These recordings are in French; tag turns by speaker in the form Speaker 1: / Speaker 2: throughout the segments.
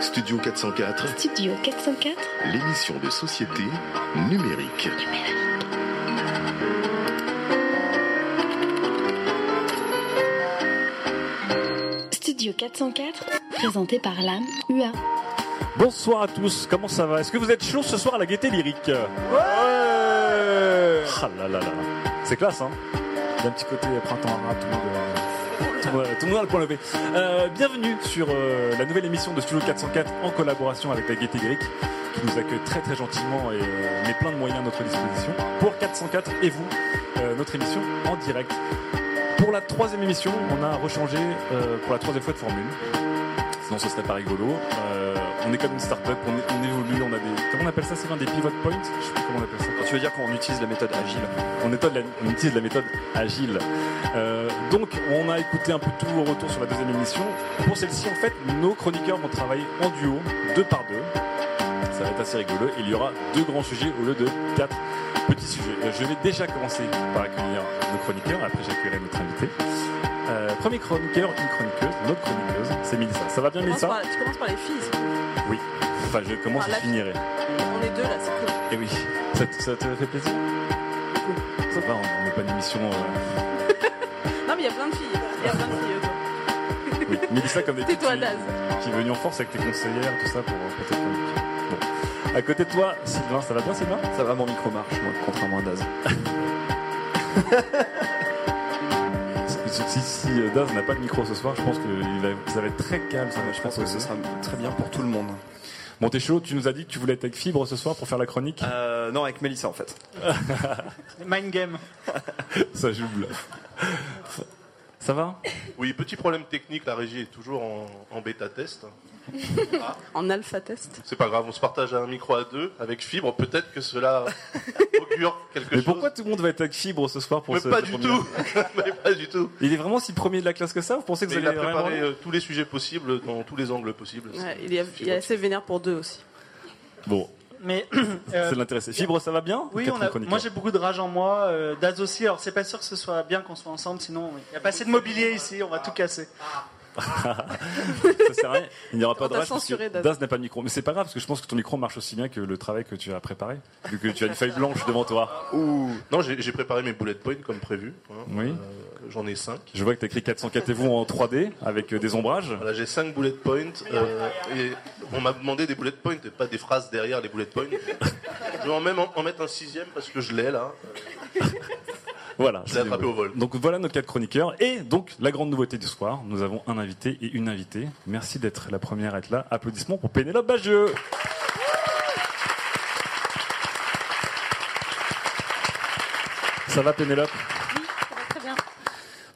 Speaker 1: Studio 404,
Speaker 2: Studio 404
Speaker 1: l'émission de société numérique.
Speaker 2: Studio 404 Présenté par l'âme UA
Speaker 3: Bonsoir à tous, comment ça va Est-ce que vous êtes chaud ce soir à la gaieté lyrique Ouais Ah là là là, c'est classe hein
Speaker 4: Il y a un petit côté printemps arabe. tout le monde, euh,
Speaker 3: tout, le monde- tout le monde a le point levé. Euh, bienvenue sur euh, la nouvelle émission de Studio 404 en collaboration avec la gaieté lyrique qui nous accueille très très gentiment et euh, met plein de moyens à notre disposition pour 404 et vous, euh, notre émission en direct. Pour la troisième émission, on a rechangé euh, pour la troisième fois de formule. Sinon, ce serait pas rigolo. Euh, on est comme une start-up, on, est- on évolue, on a des. Comment on appelle ça, Sylvain Des pivot points Je sais plus comment on appelle ça.
Speaker 5: Tu veux dire qu'on utilise la méthode agile
Speaker 3: On, étode la- on utilise la méthode agile. Euh, donc, on a écouté un peu tout vos retours sur la deuxième émission. Pour celle-ci, en fait, nos chroniqueurs vont travailler en duo, deux par deux. Ça va être assez rigolo. Il y aura deux grands sujets au lieu de quatre petits sujets. Euh, Je vais déjà commencer par accueillir nos chroniqueurs. Après, j'accueillerai notre invité. Euh, premier chroniqueur, une chroniqueuse, notre chroniqueuse, c'est Mélissa. Ça va bien,
Speaker 6: Tu commences,
Speaker 3: Mélissa
Speaker 6: par, tu commences par les filles. c'est cool.
Speaker 3: Enfin, je commence,
Speaker 6: par
Speaker 3: je
Speaker 6: la-
Speaker 3: finirai.
Speaker 6: On est deux là, c'est cool.
Speaker 3: Et oui, ça, te- ça te fait plaisir Ça va, on n'est pas une émission. euh,
Speaker 6: Non mais il y a plein de filles. Il y a plein de filles. autour.
Speaker 3: Oui, Mélissa, comme d'habitude,
Speaker 6: Tais-toi,
Speaker 3: tu-
Speaker 6: Daz.
Speaker 3: qui est venue en force avec tes conseillères, tout ça pour euh, pour tes chroniques. Bon. À côté de toi, Sylvain, ça va bien, Sylvain
Speaker 5: Ça va, mon micro marche, moi, contrairement à Daz.
Speaker 3: Si, si, si, euh, Daz n'a pas de micro ce soir, je pense que il va- ça va être très calme. Ça va,
Speaker 5: Je pense que ce sera très bien pour tout le monde.
Speaker 3: Bon, t'es chaud, tu nous as dit que tu voulais être avec Fibre ce soir pour faire la chronique.
Speaker 5: Euh, non, avec Mélissa en fait.
Speaker 4: Mind game.
Speaker 3: Ça joue. Euh. Ça va
Speaker 1: Oui, petit problème technique, la régie est toujours en, en bêta test. Ah,
Speaker 6: En alpha test.
Speaker 1: C'est pas grave, on se partage un micro à deux avec fibre, peut-être que cela augure quelque
Speaker 3: Mais
Speaker 1: chose.
Speaker 3: pourquoi tout le monde va être avec Fibre ce soir pour
Speaker 1: Mais
Speaker 3: ce
Speaker 1: pas
Speaker 3: ce
Speaker 1: du
Speaker 3: premier
Speaker 1: tout Mais pas du tout
Speaker 3: Il est vraiment si premier de la classe que ça Vous pensez que
Speaker 1: Mais
Speaker 3: vous
Speaker 1: Il a
Speaker 3: allez vraiment...
Speaker 1: préparé euh, tous les sujets possibles, dans tous les angles possibles.
Speaker 6: Ouais, il, y a, il y a assez vénère pour deux aussi.
Speaker 3: Bon,
Speaker 4: Mais euh,
Speaker 3: c'est de l'intéressé. Fibre, ça va bien
Speaker 4: oui,
Speaker 3: Quatre
Speaker 4: on a-
Speaker 3: chroniqueurs.
Speaker 4: moi j'ai beaucoup de rage en moi. euh, Daz aussi. Alors c'est pas sûr que ce soit bien qu'on soit ensemble, sinon il y a pas assez de mobilier ici, on va tout casser.
Speaker 3: Ça sert à rien. Il n'y aura pas
Speaker 6: On
Speaker 3: de
Speaker 6: t'a
Speaker 3: rage. parce que
Speaker 6: censuré, Daz.
Speaker 3: Daz n'a pas de micro. Mais c'est pas grave, parce que je pense que ton micro marche aussi bien que le travail que tu as préparé. Vu que tu as une feuille blanche devant toi.
Speaker 1: Non, j'ai j'ai préparé mes bullet points comme prévu. hein.
Speaker 3: Oui.
Speaker 1: Euh, J'en ai cinq.
Speaker 3: Je vois que tu écrit 404 et vous en 3D avec euh, des ombrages.
Speaker 1: Voilà, j'ai 5 bullet points. euh, et on m'a demandé des bullet points et pas des phrases derrière les bullet points. Je vais en même en, en mettre un sixième parce que je l'ai là.
Speaker 3: Voilà.
Speaker 1: Je l'ai attrapé au vol.
Speaker 3: Donc voilà nos quatre chroniqueurs. Et donc, la grande nouveauté du soir, nous avons un invité et une invitée. Merci d'être la première à être là. Applaudissements pour Pénélope Bagieux. Ça va Pénélope
Speaker 7: Très bien,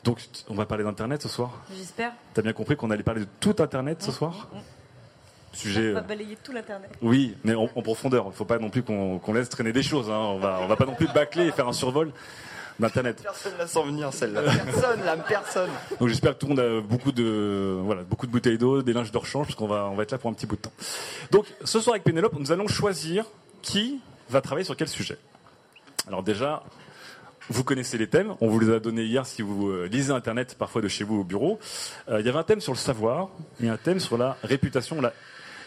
Speaker 3: Donc on va parler d'Internet ce soir
Speaker 7: j'espère.
Speaker 3: T'as bien compris qu'on allait parler de tout Internet ce soir Sujet.
Speaker 7: On va
Speaker 3: euh,
Speaker 7: balayer tout l'internet.
Speaker 3: Oui, mais en, en profondeur. Il ne faut pas non plus qu'on qu'on laisse traîner des choses. hein. On va, on va pas non plus bâcler et faire un survol d'Internet.
Speaker 5: Personne la sent venir celle-là. Personne, la personne.
Speaker 3: Donc j'espère que tout le monde a beaucoup de, voilà, beaucoup de bouteilles d'eau, des linges de rechange, parce qu'on va, on va être là pour un petit bout de temps. Donc ce soir avec Pénélope, nous allons choisir qui va travailler sur quel sujet. Alors déjà, vous connaissez les thèmes, on vous les a donnés hier si vous euh, lisez Internet parfois de chez vous au bureau. Euh, Il y avait un thème sur le savoir et un thème sur la réputation, la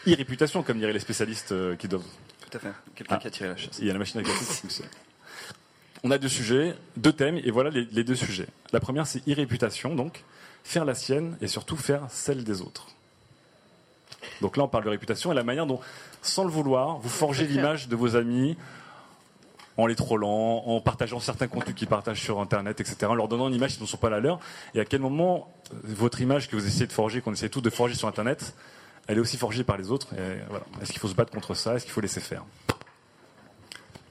Speaker 3: irréputation, comme diraient les spécialistes euh, qui doivent
Speaker 5: Tout à fait. Quelqu'un
Speaker 3: Ah.
Speaker 5: qui a tiré la chasse.
Speaker 3: il y a la machine à café. qui fonctionne. On a deux sujets, deux thèmes, et voilà les, les deux sujets. La première, c'est irréputation, donc faire la sienne et surtout faire celle des autres. Donc là, on parle de réputation et la manière dont, sans le vouloir, vous forgez l'image de vos amis en les trollant, en partageant certains contenus qu'ils partagent sur Internet, etc., en leur donnant une image qui ne sont pas la leur. Et à quel moment euh, votre image que vous essayez de forger, qu'on essaie tous de forger sur Internet, elle est aussi forgée par les autres. et voilà. Est-ce qu'il faut se battre contre ça Est-ce qu'il faut laisser faire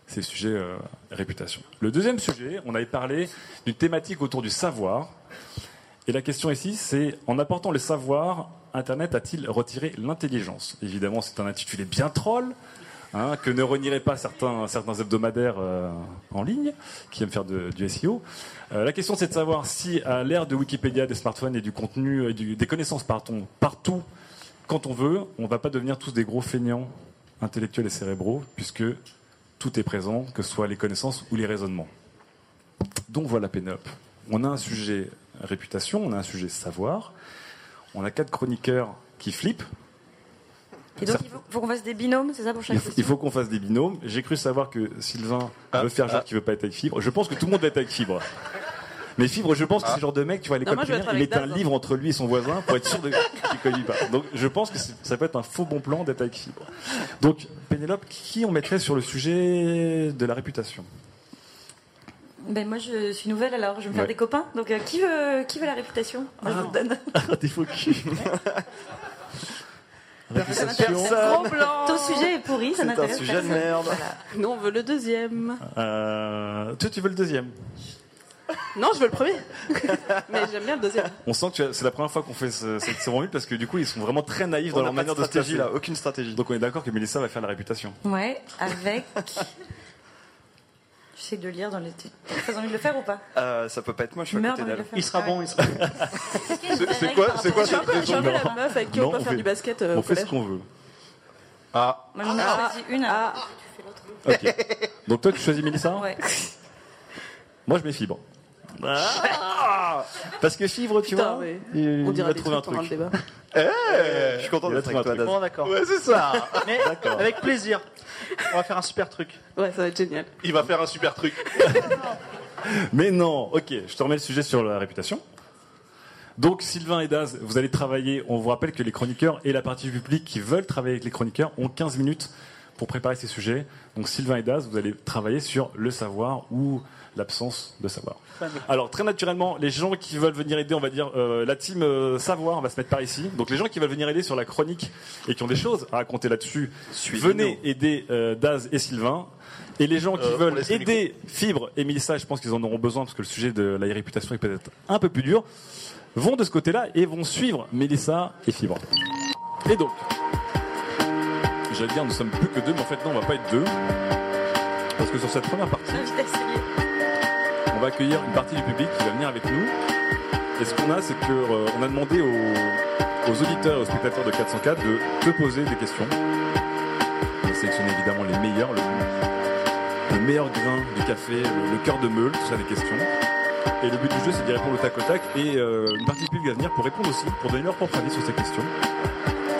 Speaker 3: c'est le sujet euh, réputation. Le deuxième sujet, on avait parlé d'une thématique autour du savoir. Et la question ici, c'est en apportant le savoir, Internet a-t-il retiré l'intelligence Évidemment, c'est un intitulé bien troll, hein, que ne renieraient pas certains, certains hebdomadaires euh, en ligne qui aiment faire de- du SEO. Euh, la question, c'est de savoir si, à l'ère de Wikipédia, des smartphones et du contenu, et du- des connaissances pardon, partout, quand on veut, on ne va pas devenir tous des gros feignants intellectuels et cérébraux, puisque tout est présent, que ce soit les connaissances ou les raisonnements. Donc voilà Pénop. On a un sujet réputation, on a un sujet savoir, on a quatre chroniqueurs qui flippent.
Speaker 7: Et donc, il faut, faut qu'on fasse des binômes, c'est ça pour chaque
Speaker 3: Il faut, il
Speaker 7: question
Speaker 3: faut qu'on fasse des binômes. J'ai cru savoir que Sylvain
Speaker 5: Ah,
Speaker 3: veut faire genre qu'il veut pas être avec Fibre. Je pense que tout le monde va être avec Fibre. Mais Fibre, je pense
Speaker 5: Ah.
Speaker 3: que c'est le genre de mec, tu vois, à l'école
Speaker 6: Non, moi, je vais
Speaker 3: primaire,
Speaker 6: être
Speaker 3: il
Speaker 6: avec
Speaker 3: met un
Speaker 6: Daz.
Speaker 3: livre entre lui et son voisin pour être sûr de qu'il cogne pas. Donc je pense que c'est- ça peut être un faux bon plan d'être avec Fibre. Donc Pénélope, qui on mettrait sur le sujet de la réputation
Speaker 7: Ben, moi, je suis nouvelle, alors je vais me faire
Speaker 3: Ouais. Ah.
Speaker 7: des copains. Donc, euh, qui, veut, qui veut la réputation Moi, je vous donne.
Speaker 3: Des faux culs. Réputation.
Speaker 6: Gros blanc.
Speaker 7: Ton sujet est pourri, ça
Speaker 5: C'est un
Speaker 7: n'intéresse
Speaker 5: sujet de
Speaker 7: personne.
Speaker 5: merde.
Speaker 6: Nous, on veut le deuxième.
Speaker 3: Euh, toi, tu veux le deuxième
Speaker 6: Non, je veux le premier. Mais j'aime bien le deuxième.
Speaker 3: On sent que tu as- c'est la première fois qu'on fait ce, cette cérémonie parce que du coup, ils sont vraiment très naïfs
Speaker 5: On
Speaker 3: dans
Speaker 5: n'a
Speaker 3: leur
Speaker 5: pas de
Speaker 3: manière de
Speaker 5: stratégie
Speaker 3: stratégie
Speaker 5: là, aucune stratégie.
Speaker 3: Donc on est d'accord que Mélissa va faire la réputation.
Speaker 7: Ouais, avec. J'essaie de lire dans les. T'as envie de le faire ou pas
Speaker 5: Euh, ça peut pas être moi, je suis à
Speaker 7: Meurs
Speaker 5: côté
Speaker 7: d'envie de le
Speaker 5: d'elle.
Speaker 7: faire.
Speaker 4: Il sera
Speaker 7: Ah ouais.
Speaker 4: bon, il sera bon.
Speaker 1: C'est- c'est quoi- c'est quoi
Speaker 6: Je suis un peu, je suis un peu la
Speaker 3: Non.
Speaker 6: meuf avec qui
Speaker 3: Non,
Speaker 6: on peut
Speaker 3: on
Speaker 6: faire
Speaker 3: fait-
Speaker 6: du basket euh, au
Speaker 3: on fait ce
Speaker 6: collège.
Speaker 3: qu'on veut.
Speaker 1: Ah,
Speaker 7: Moi, j'en ai choisi une.
Speaker 6: Ah,
Speaker 7: hein.
Speaker 3: Ok. Donc toi, tu choisis Mélissa
Speaker 7: Ouais.
Speaker 3: Moi, je mets Fibre. Parce que Fibre, tu
Speaker 6: Putain,
Speaker 3: vois,
Speaker 6: mais
Speaker 3: il
Speaker 6: on dirait
Speaker 3: va
Speaker 6: des
Speaker 3: trouver un
Speaker 6: trucs pendant le
Speaker 3: truc.
Speaker 6: débat.
Speaker 5: Je suis content
Speaker 3: Il a
Speaker 5: d'être avec
Speaker 3: trouvé
Speaker 5: toi,
Speaker 3: un
Speaker 5: Daz.
Speaker 4: Euh, Bon, d'accord.
Speaker 1: ouais, c'est ça.
Speaker 4: Mais avec plaisir. On va faire un super truc.
Speaker 6: Ouais, ça va être génial.
Speaker 1: Il va faire un super truc.
Speaker 3: Mais non, ok, je te remets le sujet sur la réputation. Donc Sylvain et Daz, vous allez travailler. On vous rappelle que les chroniqueurs et la partie publique qui veulent travailler avec les chroniqueurs ont 15 minutes pour préparer ces sujets. Donc Sylvain et Daz, vous allez travailler sur le savoir ou l'absence de savoir. Alors très naturellement, les gens qui veulent venir aider, on va dire euh, la team euh, savoir, on va se mettre par ici. Donc les gens qui veulent venir aider sur la chronique et qui ont des choses à raconter là-dessus,
Speaker 5: Suivez-nous.
Speaker 3: venez aider euh, Daz et Sylvain. Et les gens qui
Speaker 1: Euh, on
Speaker 3: veulent
Speaker 1: laisse les
Speaker 3: aider Fibre et Mélissa, je pense qu'ils en auront besoin parce que le sujet de la réputation est peut-être un peu plus dur, vont de ce côté-là et vont suivre Mélissa et Fibre. Et donc, j'allais dire, nous sommes plus que deux, mais en fait, non, on va pas être deux. Parce que sur cette première partie,
Speaker 7: Je vais essayer.
Speaker 3: on va accueillir une partie du public qui va venir avec nous. Et ce qu'on a, c'est qu'on a demandé aux, aux auditeurs et aux spectateurs de 404 de te poser des questions. On a sélectionné évidemment les meilleurs, le, le meilleur grain du café, le, le cœur de meule, tout ça des questions. Et le but du jeu, c'est d'y répondre au tac au tac. Et euh, une partie du public va venir pour répondre aussi, pour donner leur propre avis sur ces questions.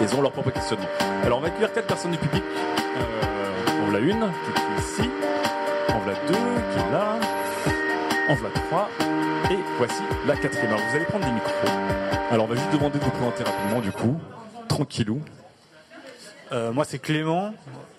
Speaker 3: Et ils ont leur propre questionnement. Alors on va accueillir quatre personnes du public. Euh, on l'a une qui est ici, on l'a deux qui est là, en voilà trois. Et voici la quatrième. Alors vous allez prendre des micros. Alors on va juste demander de vous présenter rapidement du coup. Tranquillou.
Speaker 8: Euh, moi, c'est Clément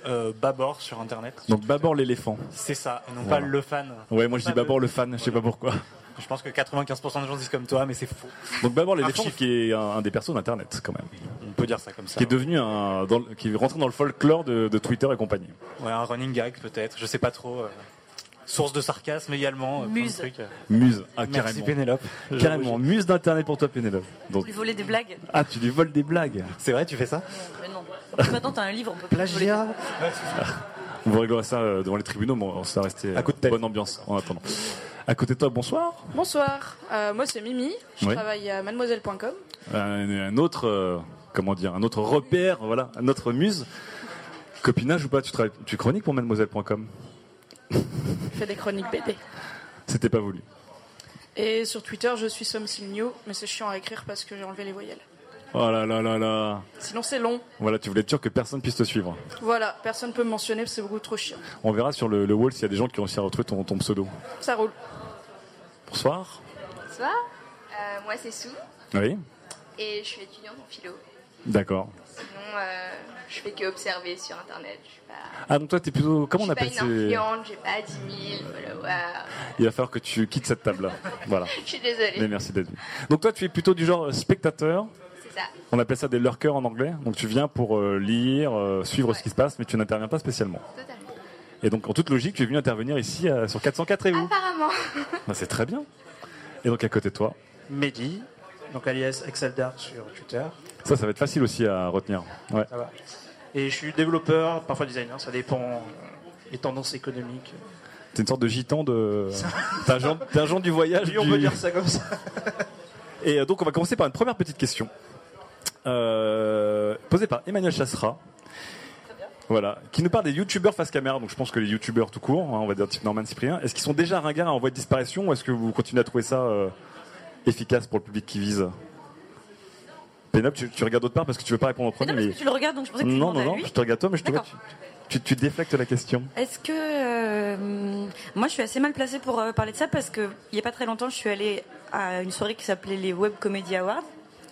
Speaker 8: euh, Babor sur Internet.
Speaker 3: Donc Babor l'éléphant.
Speaker 8: C'est ça, et non
Speaker 3: Voilà.
Speaker 8: pas le fan.
Speaker 3: Ouais, moi je dis
Speaker 8: Pas le-
Speaker 3: Babor le fan, je sais pas pourquoi.
Speaker 8: Je pense que 95% des gens disent comme toi, mais c'est faux.
Speaker 3: Donc Babor l'éléphant
Speaker 8: Archive.
Speaker 3: qui est un, un des persos d'Internet quand même.
Speaker 8: On peut dire ça comme ça.
Speaker 3: Qui est devenu un. dans le- qui est rentré dans le folklore de, de Twitter et compagnie.
Speaker 8: Ouais, un running gag peut-être, je sais pas trop. euh, source de sarcasme également. euh, plein de
Speaker 7: Muse.
Speaker 8: trucs, euh.
Speaker 3: Muse. Ah,
Speaker 8: Merci
Speaker 3: carrément.
Speaker 8: Pénélope.
Speaker 3: Carrément. Muse d'Internet pour toi, Pénélope.
Speaker 7: Vous
Speaker 3: Donc,
Speaker 7: lui voler des blagues
Speaker 3: ah, tu lui voles des blagues.
Speaker 8: C'est vrai, tu fais ça
Speaker 7: Mais non. Maintenant, t'as un livre, on peut pas te voler.
Speaker 3: On va régler ça euh, devant les tribunaux, mais on- ça va rester euh,
Speaker 8: À coup de tête.
Speaker 3: bonne ambiance en attendant. À côté de toi, bonsoir.
Speaker 9: Bonsoir, euh, moi c'est Mimi, je
Speaker 3: Oui.
Speaker 9: travaille à mademoiselle.com.
Speaker 3: un, un autre, euh, comment dire, un autre repère, voilà, un autre muse. Copinage ou pas, tu, travailles- tu chroniques pour mademoiselle.com
Speaker 9: Je fais des chroniques BD.
Speaker 3: C'était pas voulu.
Speaker 9: Et sur Twitter, je suis Something New, mais c'est chiant à écrire parce que j'ai enlevé les voyelles.
Speaker 3: Oh là là là là.
Speaker 9: Sinon c'est long.
Speaker 3: Voilà, tu voulais être sûr que personne puisse te suivre.
Speaker 9: Voilà, personne peut me mentionner, c'est beaucoup trop chiant.
Speaker 3: On verra sur le, le wall s'il y a des gens qui ont réussi à retrouver ton, ton pseudo.
Speaker 9: Ça roule.
Speaker 3: Bonsoir.
Speaker 10: Bonsoir, Euh, moi c'est Sou
Speaker 3: Oui,
Speaker 10: et je suis étudiante en philo.
Speaker 3: d'accord.
Speaker 10: Sinon, euh, je fais que observer sur internet. Je suis pas,
Speaker 3: Ah, donc toi, t'es plutôt. Comment on
Speaker 10: je
Speaker 3: appelle
Speaker 10: suis pas une
Speaker 3: ces.
Speaker 10: influente, j'ai pas 10 000 followers.
Speaker 3: Il va falloir que tu quittes cette table-là. Voilà.
Speaker 10: Je suis
Speaker 3: Mais
Speaker 10: désolée,
Speaker 3: merci d'être venu. Donc toi, tu es plutôt du genre euh, spectateur.
Speaker 10: c'est ça.
Speaker 3: On appelle ça des lurkers en anglais. Donc tu viens pour euh, lire, euh, suivre ce qui se passe, mais tu n'interviens pas spécialement.
Speaker 10: Totalement.
Speaker 3: Et donc, en toute logique, tu es venu intervenir ici euh, sur 404 et vous
Speaker 10: Apparemment.
Speaker 3: Bah, C'est très bien. Et donc, à côté de toi
Speaker 4: Mehdi, donc alias Exceldart sur Twitter.
Speaker 3: Ça, ça va être facile aussi à retenir. Ouais.
Speaker 4: Ça va. Et je suis développeur, parfois designer, ça dépend euh, des tendances économiques.
Speaker 3: T'es une sorte de gitan de. T'es un agent- t'es un agent du voyage.
Speaker 4: Oui, on
Speaker 3: du-
Speaker 4: peut dire ça comme ça.
Speaker 3: Et euh, donc, on va commencer par une première petite question euh, posée par Emmanuel Chassera. Voilà, qui nous parle des youtubeurs face caméra. Donc, je pense que les youtubeurs tout court, hein, on va dire type Norman Cyprien, est-ce qu'ils sont déjà ringards en voie de disparition ou est-ce que vous continuez à trouver ça euh, efficace pour le public qui vise Pénop, tu, tu regardes d'autre part parce que tu veux pas répondre au premier. mais-
Speaker 7: Tu le regardes, donc je pensais que tu
Speaker 3: Non, non,
Speaker 7: demandais à
Speaker 3: non,
Speaker 7: lui.
Speaker 3: je te regarde toi, mais je te vois, tu, tu, tu déflectes la question.
Speaker 7: Est-ce que euh, moi je suis assez mal placée pour euh, parler de ça parce que il y a pas très longtemps je suis allée à une soirée qui s'appelait les Web Comedy Awards.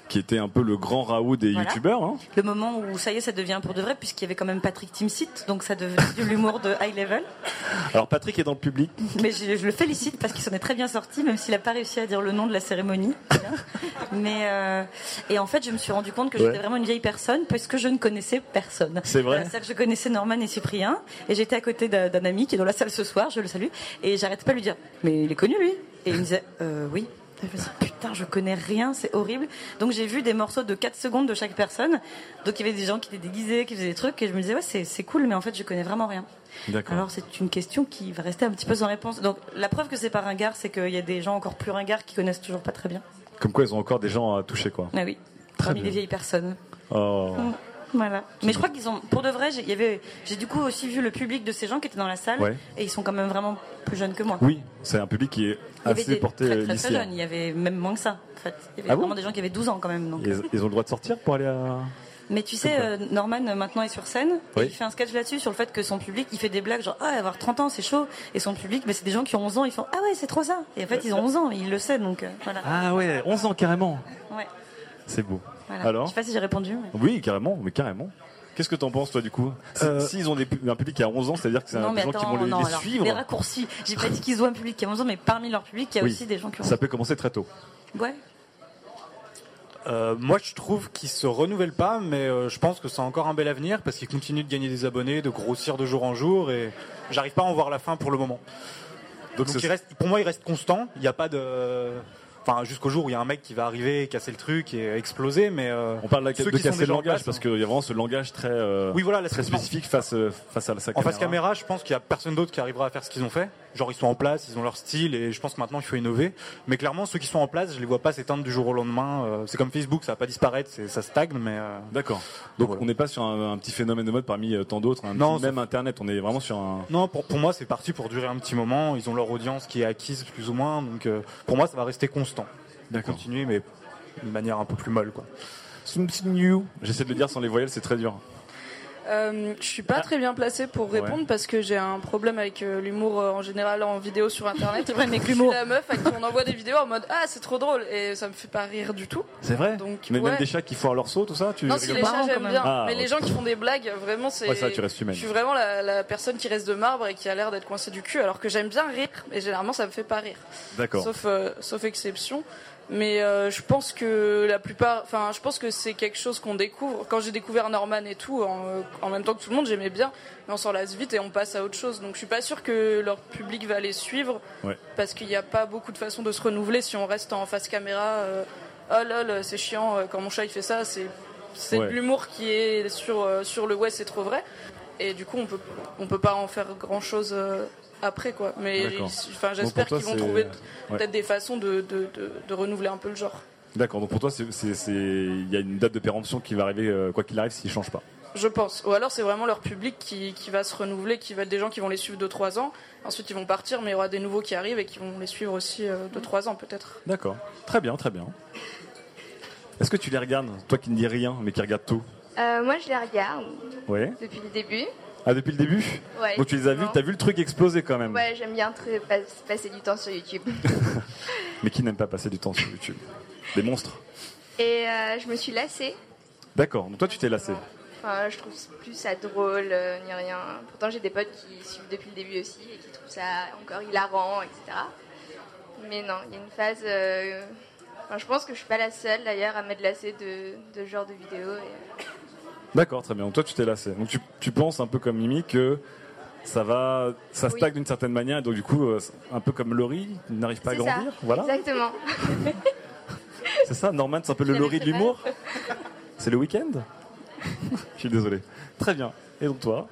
Speaker 3: Qui était un peu le grand Raoult des
Speaker 7: Voilà.
Speaker 3: youtubeurs. hein.
Speaker 7: Le moment où ça y est ça devient pour de vrai puisqu'il y avait quand même Patrick Timsit donc ça devenait de l'humour de high level.
Speaker 3: Alors, Patrick est dans le public.
Speaker 7: Mais je, je le félicite parce qu'il s'en est très bien sorti, même s'il n'a pas réussi à dire le nom de la cérémonie. Mais euh, et en fait, je me suis rendu compte que
Speaker 3: Ouais.
Speaker 7: j'étais vraiment une vieille personne parce que je ne connaissais personne.
Speaker 3: C'est vrai.
Speaker 7: Dans la salle, je connaissais Norman et Cyprien, et j'étais à côté d'un d'un ami qui est dans la salle ce soir. Je le salue et j'arrêtais pas de lui dire. Mais il est connu lui. Et il me disait euh, oui. Je me suis dit, putain, je connais rien, c'est horrible. Donc j'ai vu des morceaux de 4 secondes de chaque personne. Donc il y avait des gens qui étaient déguisés, qui faisaient des trucs, et je me disais ouais, c'est c'est cool, mais en fait, je connais vraiment rien.
Speaker 3: D'accord.
Speaker 7: Alors c'est une question qui va rester un petit peu sans réponse. Donc la preuve que c'est pas ringard, c'est qu'il y a des gens encore plus ringards qui connaissent toujours pas très bien.
Speaker 3: Comme quoi, ils ont encore des gens à toucher, quoi.
Speaker 7: Ah oui,
Speaker 3: Très
Speaker 7: parmi
Speaker 3: bien.
Speaker 7: les vieilles personnes.
Speaker 3: Oh.
Speaker 7: Mm, Voilà. Mais je crois qu'ils ont, pour de vrai, j'ai il y avait- j'ai du coup aussi vu le public de ces gens qui étaient dans la salle
Speaker 3: Ouais.
Speaker 7: et ils sont quand même vraiment plus jeunes que moi.
Speaker 3: Oui, c'est un public qui est
Speaker 7: Il y avait
Speaker 3: assez
Speaker 7: des
Speaker 3: porté
Speaker 7: très, très, très
Speaker 3: lycéen.
Speaker 7: jeunes, il y avait même moins que ça. En fait. Il y avait
Speaker 3: Ah bon
Speaker 7: vraiment des gens qui avaient 12 ans quand même. donc.
Speaker 3: Ils, ils ont le droit de sortir pour aller à.
Speaker 7: Mais tu sais, euh, Norman euh, maintenant est sur scène.
Speaker 3: Oui.
Speaker 7: Et il fait un sketch là-dessus sur le fait que son public, il fait des blagues genre ah avoir 30 ans c'est chaud. Et son public, mais c'est des gens qui ont 11 ans, ils font ah ouais c'est trop ça. Et en fait ils ont 11 ans, mais il le sait donc euh, voilà.
Speaker 3: Ah ouais, 11 ans carrément.
Speaker 7: Ouais.
Speaker 3: C'est beau.
Speaker 7: Voilà.
Speaker 3: Alors
Speaker 7: Je sais pas si j'ai répondu. mais-
Speaker 3: Oui, carrément, mais carrément. Qu'est-ce que t'en penses, toi, du coup Si-
Speaker 8: Euh,
Speaker 3: S'ils ont des pu- un public qui a 11 ans, c'est-à-dire que c'est
Speaker 7: Non
Speaker 3: un- des
Speaker 7: mais
Speaker 3: gens qui
Speaker 7: attends,
Speaker 3: vont les,
Speaker 7: non,
Speaker 3: les
Speaker 7: alors,
Speaker 3: suivre.
Speaker 7: les raccourcis. J'ai pas dit qu'ils ont un public qui a 11 ans, mais parmi leur public, il y a
Speaker 3: Oui.
Speaker 7: aussi des gens qui ont.
Speaker 3: Ça peut commencer très tôt.
Speaker 7: Ouais.
Speaker 8: Euh, moi, je trouve qu'ils se renouvellent pas, mais euh, je pense que c'est encore un bel avenir parce qu'ils continuent de gagner des abonnés, de grossir de jour en jour, et j'arrive pas à en voir la fin pour le moment. Donc,
Speaker 3: ce-
Speaker 8: il reste- pour moi, il reste constant. Il n'y a pas de, enfin, jusqu'au jour où il y a un mec qui va arriver, casser le truc et exploser. Mais euh,
Speaker 3: On parle de,
Speaker 8: ceux
Speaker 3: de
Speaker 8: qui sont
Speaker 3: casser
Speaker 8: déjà
Speaker 3: le
Speaker 8: en
Speaker 3: langage,
Speaker 8: place, hein.
Speaker 3: parce qu'il y a vraiment ce langage très, euh,
Speaker 8: Oui, voilà, la-
Speaker 3: très spécifique face, euh, face à la
Speaker 8: En face caméra, je pense qu'il n'y a personne d'autre qui arrivera à faire ce qu'ils ont fait. Genre, ils sont en place, ils ont leur style, et je pense que maintenant, il faut innover. Mais clairement, ceux qui sont en place, je les vois pas s'éteindre du jour au lendemain. Euh, C'est comme Facebook, ça va pas disparaître, c'est- ça stagne, mais... euh,
Speaker 3: D'accord. Donc, on n'est pas sur un, un petit phénomène de mode parmi euh, tant d'autres, un
Speaker 8: Non,
Speaker 3: petit- même Internet, on est vraiment sur un...
Speaker 8: Non, pour, pour moi, c'est parti pour durer un petit moment. Ils ont leur audience qui est acquise, plus ou moins. Donc, euh, pour moi, ça va rester constant.
Speaker 3: D'accord.
Speaker 8: Continuer, mais d'une manière un peu plus molle, quoi.
Speaker 3: Something new. J'essaie de le dire sans les voyelles, c'est très dur.
Speaker 9: Euh, je suis pas très bien placée pour répondre
Speaker 3: Ouais.
Speaker 9: parce que j'ai un problème avec euh, l'humour euh, en général en vidéo sur internet.
Speaker 7: C'est vrai, mais que
Speaker 9: je suis
Speaker 7: l'humour.
Speaker 9: la meuf à qui on envoie des vidéos en mode ah c'est trop drôle et ça me fait pas rire du tout.
Speaker 3: C'est vrai
Speaker 9: Donc,
Speaker 3: Mais
Speaker 9: ouais.
Speaker 3: même des chats qui foirent leur saut, tout ça tu
Speaker 9: non, si les
Speaker 3: rigoles pas
Speaker 9: chats j'aime bien,
Speaker 3: Ah,
Speaker 9: mais les
Speaker 3: ok.
Speaker 9: gens qui font des blagues, vraiment c'est.
Speaker 3: Ouais, ça, tu restes humaine.
Speaker 9: Je suis vraiment la, la personne qui reste de marbre et qui a l'air d'être coincée du cul, alors que j'aime bien rire, mais généralement ça me fait pas rire.
Speaker 3: D'accord.
Speaker 9: Sauf, euh, sauf exception. Mais euh, je pense que la plupart, enfin, je pense que c'est quelque chose qu'on découvre. Quand j'ai découvert Norman et tout, en, euh, en même temps que tout le monde, j'aimais bien, mais on s'en lasse vite et on passe à autre chose. Donc je suis pas sûr que leur public va les suivre
Speaker 3: Ouais.
Speaker 9: parce qu'il n'y a pas beaucoup de façons de se renouveler si on reste en face caméra. euh, oh lol, c'est chiant, euh, quand mon chat il fait ça, c'est c'est
Speaker 3: Ouais.
Speaker 9: de l'humour qui est sur, euh, sur le ouais, c'est trop vrai. Et du coup, on peut, on peut pas en faire grand chose après quoi. Mais
Speaker 3: D'accord.
Speaker 9: enfin,
Speaker 3: Donc,
Speaker 9: j'espère
Speaker 3: pour toi,
Speaker 9: qu'ils vont
Speaker 3: c'est-
Speaker 9: trouver
Speaker 3: Ouais.
Speaker 9: peut-être des façons de, de, de, de renouveler un peu le genre.
Speaker 3: D'accord, donc pour toi, c'est- c'est- c'est- il y a une date de péremption qui va arriver, euh, quoi qu'il arrive, s'il ne change pas.
Speaker 9: Je pense. Ou alors c'est vraiment leur public qui, qui va se renouveler, qui va être des gens qui vont les suivre 2-3 ans. Ensuite ils vont partir, mais il y aura des nouveaux qui arrivent et qui vont les suivre aussi 2-3 ans peut-être.
Speaker 3: D'accord, très bien, très bien. Est-ce que tu les regardes, toi qui ne dis rien, mais qui regarde tout
Speaker 10: Euh, moi, je les regarde
Speaker 3: Ouais.
Speaker 10: depuis le début.
Speaker 3: Ah, depuis le début
Speaker 10: Ouais,
Speaker 3: Donc tu les as vus,
Speaker 10: non.
Speaker 3: t'as vu le truc exploser quand même.
Speaker 10: Ouais, j'aime bien très- pas- passer du temps sur YouTube.
Speaker 3: Mais qui n'aime pas passer du temps sur YouTube Des monstres.
Speaker 10: Et euh, je me suis lassée.
Speaker 3: D'accord, donc toi tu t'es lassé.
Speaker 10: Enfin, je trouve plus ça drôle, euh, ni rien. Pourtant, j'ai des potes qui suivent depuis le début aussi et qui trouvent ça encore hilarant, etc. Mais non, il y a une phase. euh, enfin, je pense que je suis pas la seule d'ailleurs à m'être lassée de, de ce genre de vidéos. et- euh,
Speaker 3: D'accord, très bien. Donc toi tu t'es lassé. Donc tu, tu penses un peu comme Mimi que ça va, ça stagne d'une certaine manière, et donc du coup, euh, un peu comme Laurie, il n'arrive pas à
Speaker 10: C'est ça,
Speaker 3: grandir. Voilà,
Speaker 10: Exactement.
Speaker 3: c'est ça. Norman, c'est un peu le Laurie de l'humour. C'est le week-end. Je suis désolé. Très bien. Et donc toi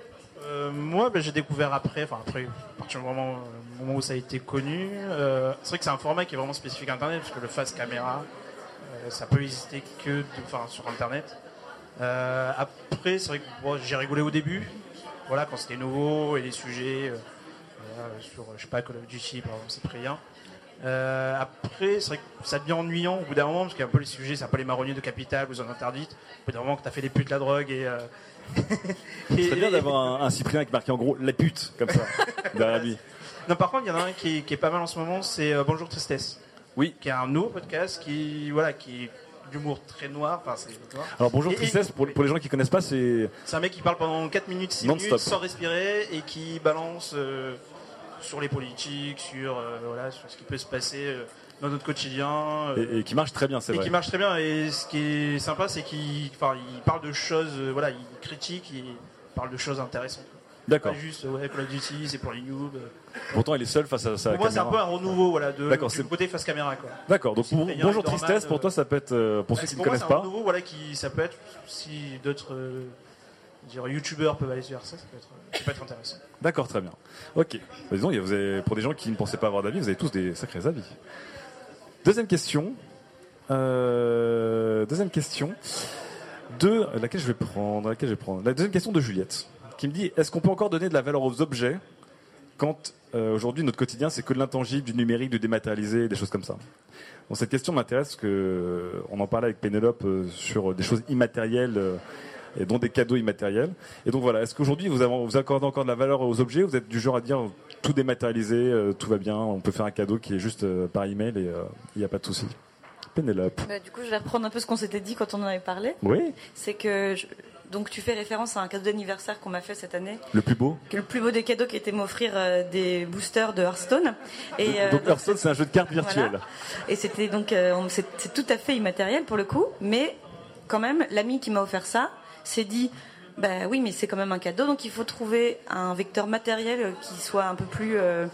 Speaker 11: Euh, moi, ben, j'ai découvert après, enfin après, à partir du moment, euh, moment où ça a été connu. euh, c'est vrai que c'est un format qui est vraiment spécifique à Internet, parce que le face caméra, euh, ça peut exister que de- enfin, sur Internet. Euh, après, c'est vrai que bon, j'ai rigolé au début, voilà, quand c'était nouveau, et les sujets, euh, voilà, sur, euh, je sais pas, Call of Duty, par exemple, Cyprien. Euh, après, c'est vrai que ça devient ennuyant au bout d'un moment, parce qu'il y a un peu les sujets, c'est un peu les marronniers de Capital, vous en interdites. Au bout d'un moment, que t'as fait les putes, la drogue, et... euh,
Speaker 3: C'est bien d'avoir un, un Cyprien qui marquait en gros la pute comme ça derrière lui.
Speaker 11: Non, par contre, il y en a un qui, qui est pas mal en ce moment, c'est euh, Bonjour Tristesse.
Speaker 3: Oui.
Speaker 11: Qui est un nouveau podcast qui, voilà, qui est d'humour très noir. Enfin, c'est noir.
Speaker 3: Alors bonjour
Speaker 11: Et- et-
Speaker 3: tristesse pour, pour les gens qui connaissent pas, c'est
Speaker 11: C'est un mec qui parle pendant 4 minutes, 6
Speaker 3: Non-stop.
Speaker 11: minutes, sans respirer, et qui balance euh, sur les politiques, sur, euh, voilà, sur ce qui peut se passer euh, dans notre quotidien. euh,
Speaker 3: et, et qui marche très bien, c'est
Speaker 11: et
Speaker 3: vrai.
Speaker 11: qui marche très bien. Et ce qui est sympa, c'est qu'il enfin, il parle de choses, euh, voilà, il critique, il parle de choses intéressantes.
Speaker 3: D'accord.
Speaker 11: Pas juste, euh, ouais, Call of Duty, c'est pour les noobs. euh.
Speaker 3: Pourtant, il est seul face à sa
Speaker 11: Pour moi, c'est un
Speaker 3: caméra.
Speaker 11: peu un renouveau, voilà, de,
Speaker 3: D'accord,
Speaker 11: du
Speaker 3: c'est-
Speaker 11: côté face caméra, quoi.
Speaker 3: D'accord. Donc pour-
Speaker 11: Cyprien
Speaker 3: bonjour
Speaker 11: Dorman,
Speaker 3: tristesse pour
Speaker 11: euh,
Speaker 3: toi, ça peut être euh, pour ceux qui ne
Speaker 11: Pour moi,
Speaker 3: connaissent
Speaker 11: c'est un
Speaker 3: pas.
Speaker 11: renouveau, voilà, qui, ça peut être, si d'autres, euh, dire, youtubeurs peuvent aller vers ça, ça peut être, euh, ça peut être intéressant.
Speaker 3: D'accord, très bien. Ok. Bah, disons, il y a- vous avez- pour des gens qui ne pensaient pas avoir d'avis, vous avez tous des sacrés avis. Deuxième question. Euh, deuxième question. De euh, laquelle je vais prendre, laquelle je vais prendre. La deuxième question de Juliette, qui me dit est-ce qu'on peut encore donner de la valeur aux objets quand euh, aujourd'hui notre quotidien c'est que de l'intangible, du numérique, du dématérialisé, des choses comme ça Bon, cette question m'intéresse parce que euh, on en parlait avec Pénélope euh, sur des choses immatérielles euh, et dont des cadeaux immatériels. Et donc voilà, est-ce qu'aujourd'hui vous, avez- vous accordez encore de la valeur aux objets ou Vous êtes du genre à dire euh, tout dématérialisé, euh, tout va bien, on peut faire un cadeau qui est juste euh, par email et euh, il n'y a pas de souci. Pénélope.
Speaker 7: Bah, du coup, je vais reprendre un peu ce qu'on s'était dit quand on en avait parlé.
Speaker 3: Oui.
Speaker 7: C'est que je- donc tu fais référence à un cadeau d'anniversaire qu'on m'a fait cette année.
Speaker 3: Le plus beau.
Speaker 7: Que le plus beau des cadeaux qui était m'offrir euh, des boosters de Hearthstone.
Speaker 3: Donc-
Speaker 7: euh,
Speaker 3: donc Hearthstone, c'est un jeu de cartes virtuelles.
Speaker 7: Et c'était donc, euh, on- c'est c'est tout à fait immatériel pour le coup, mais quand même, l'ami qui m'a offert ça s'est dit, bah oui, mais c'est quand même un cadeau, donc il faut trouver un vecteur matériel euh, qui soit un peu plus, euh,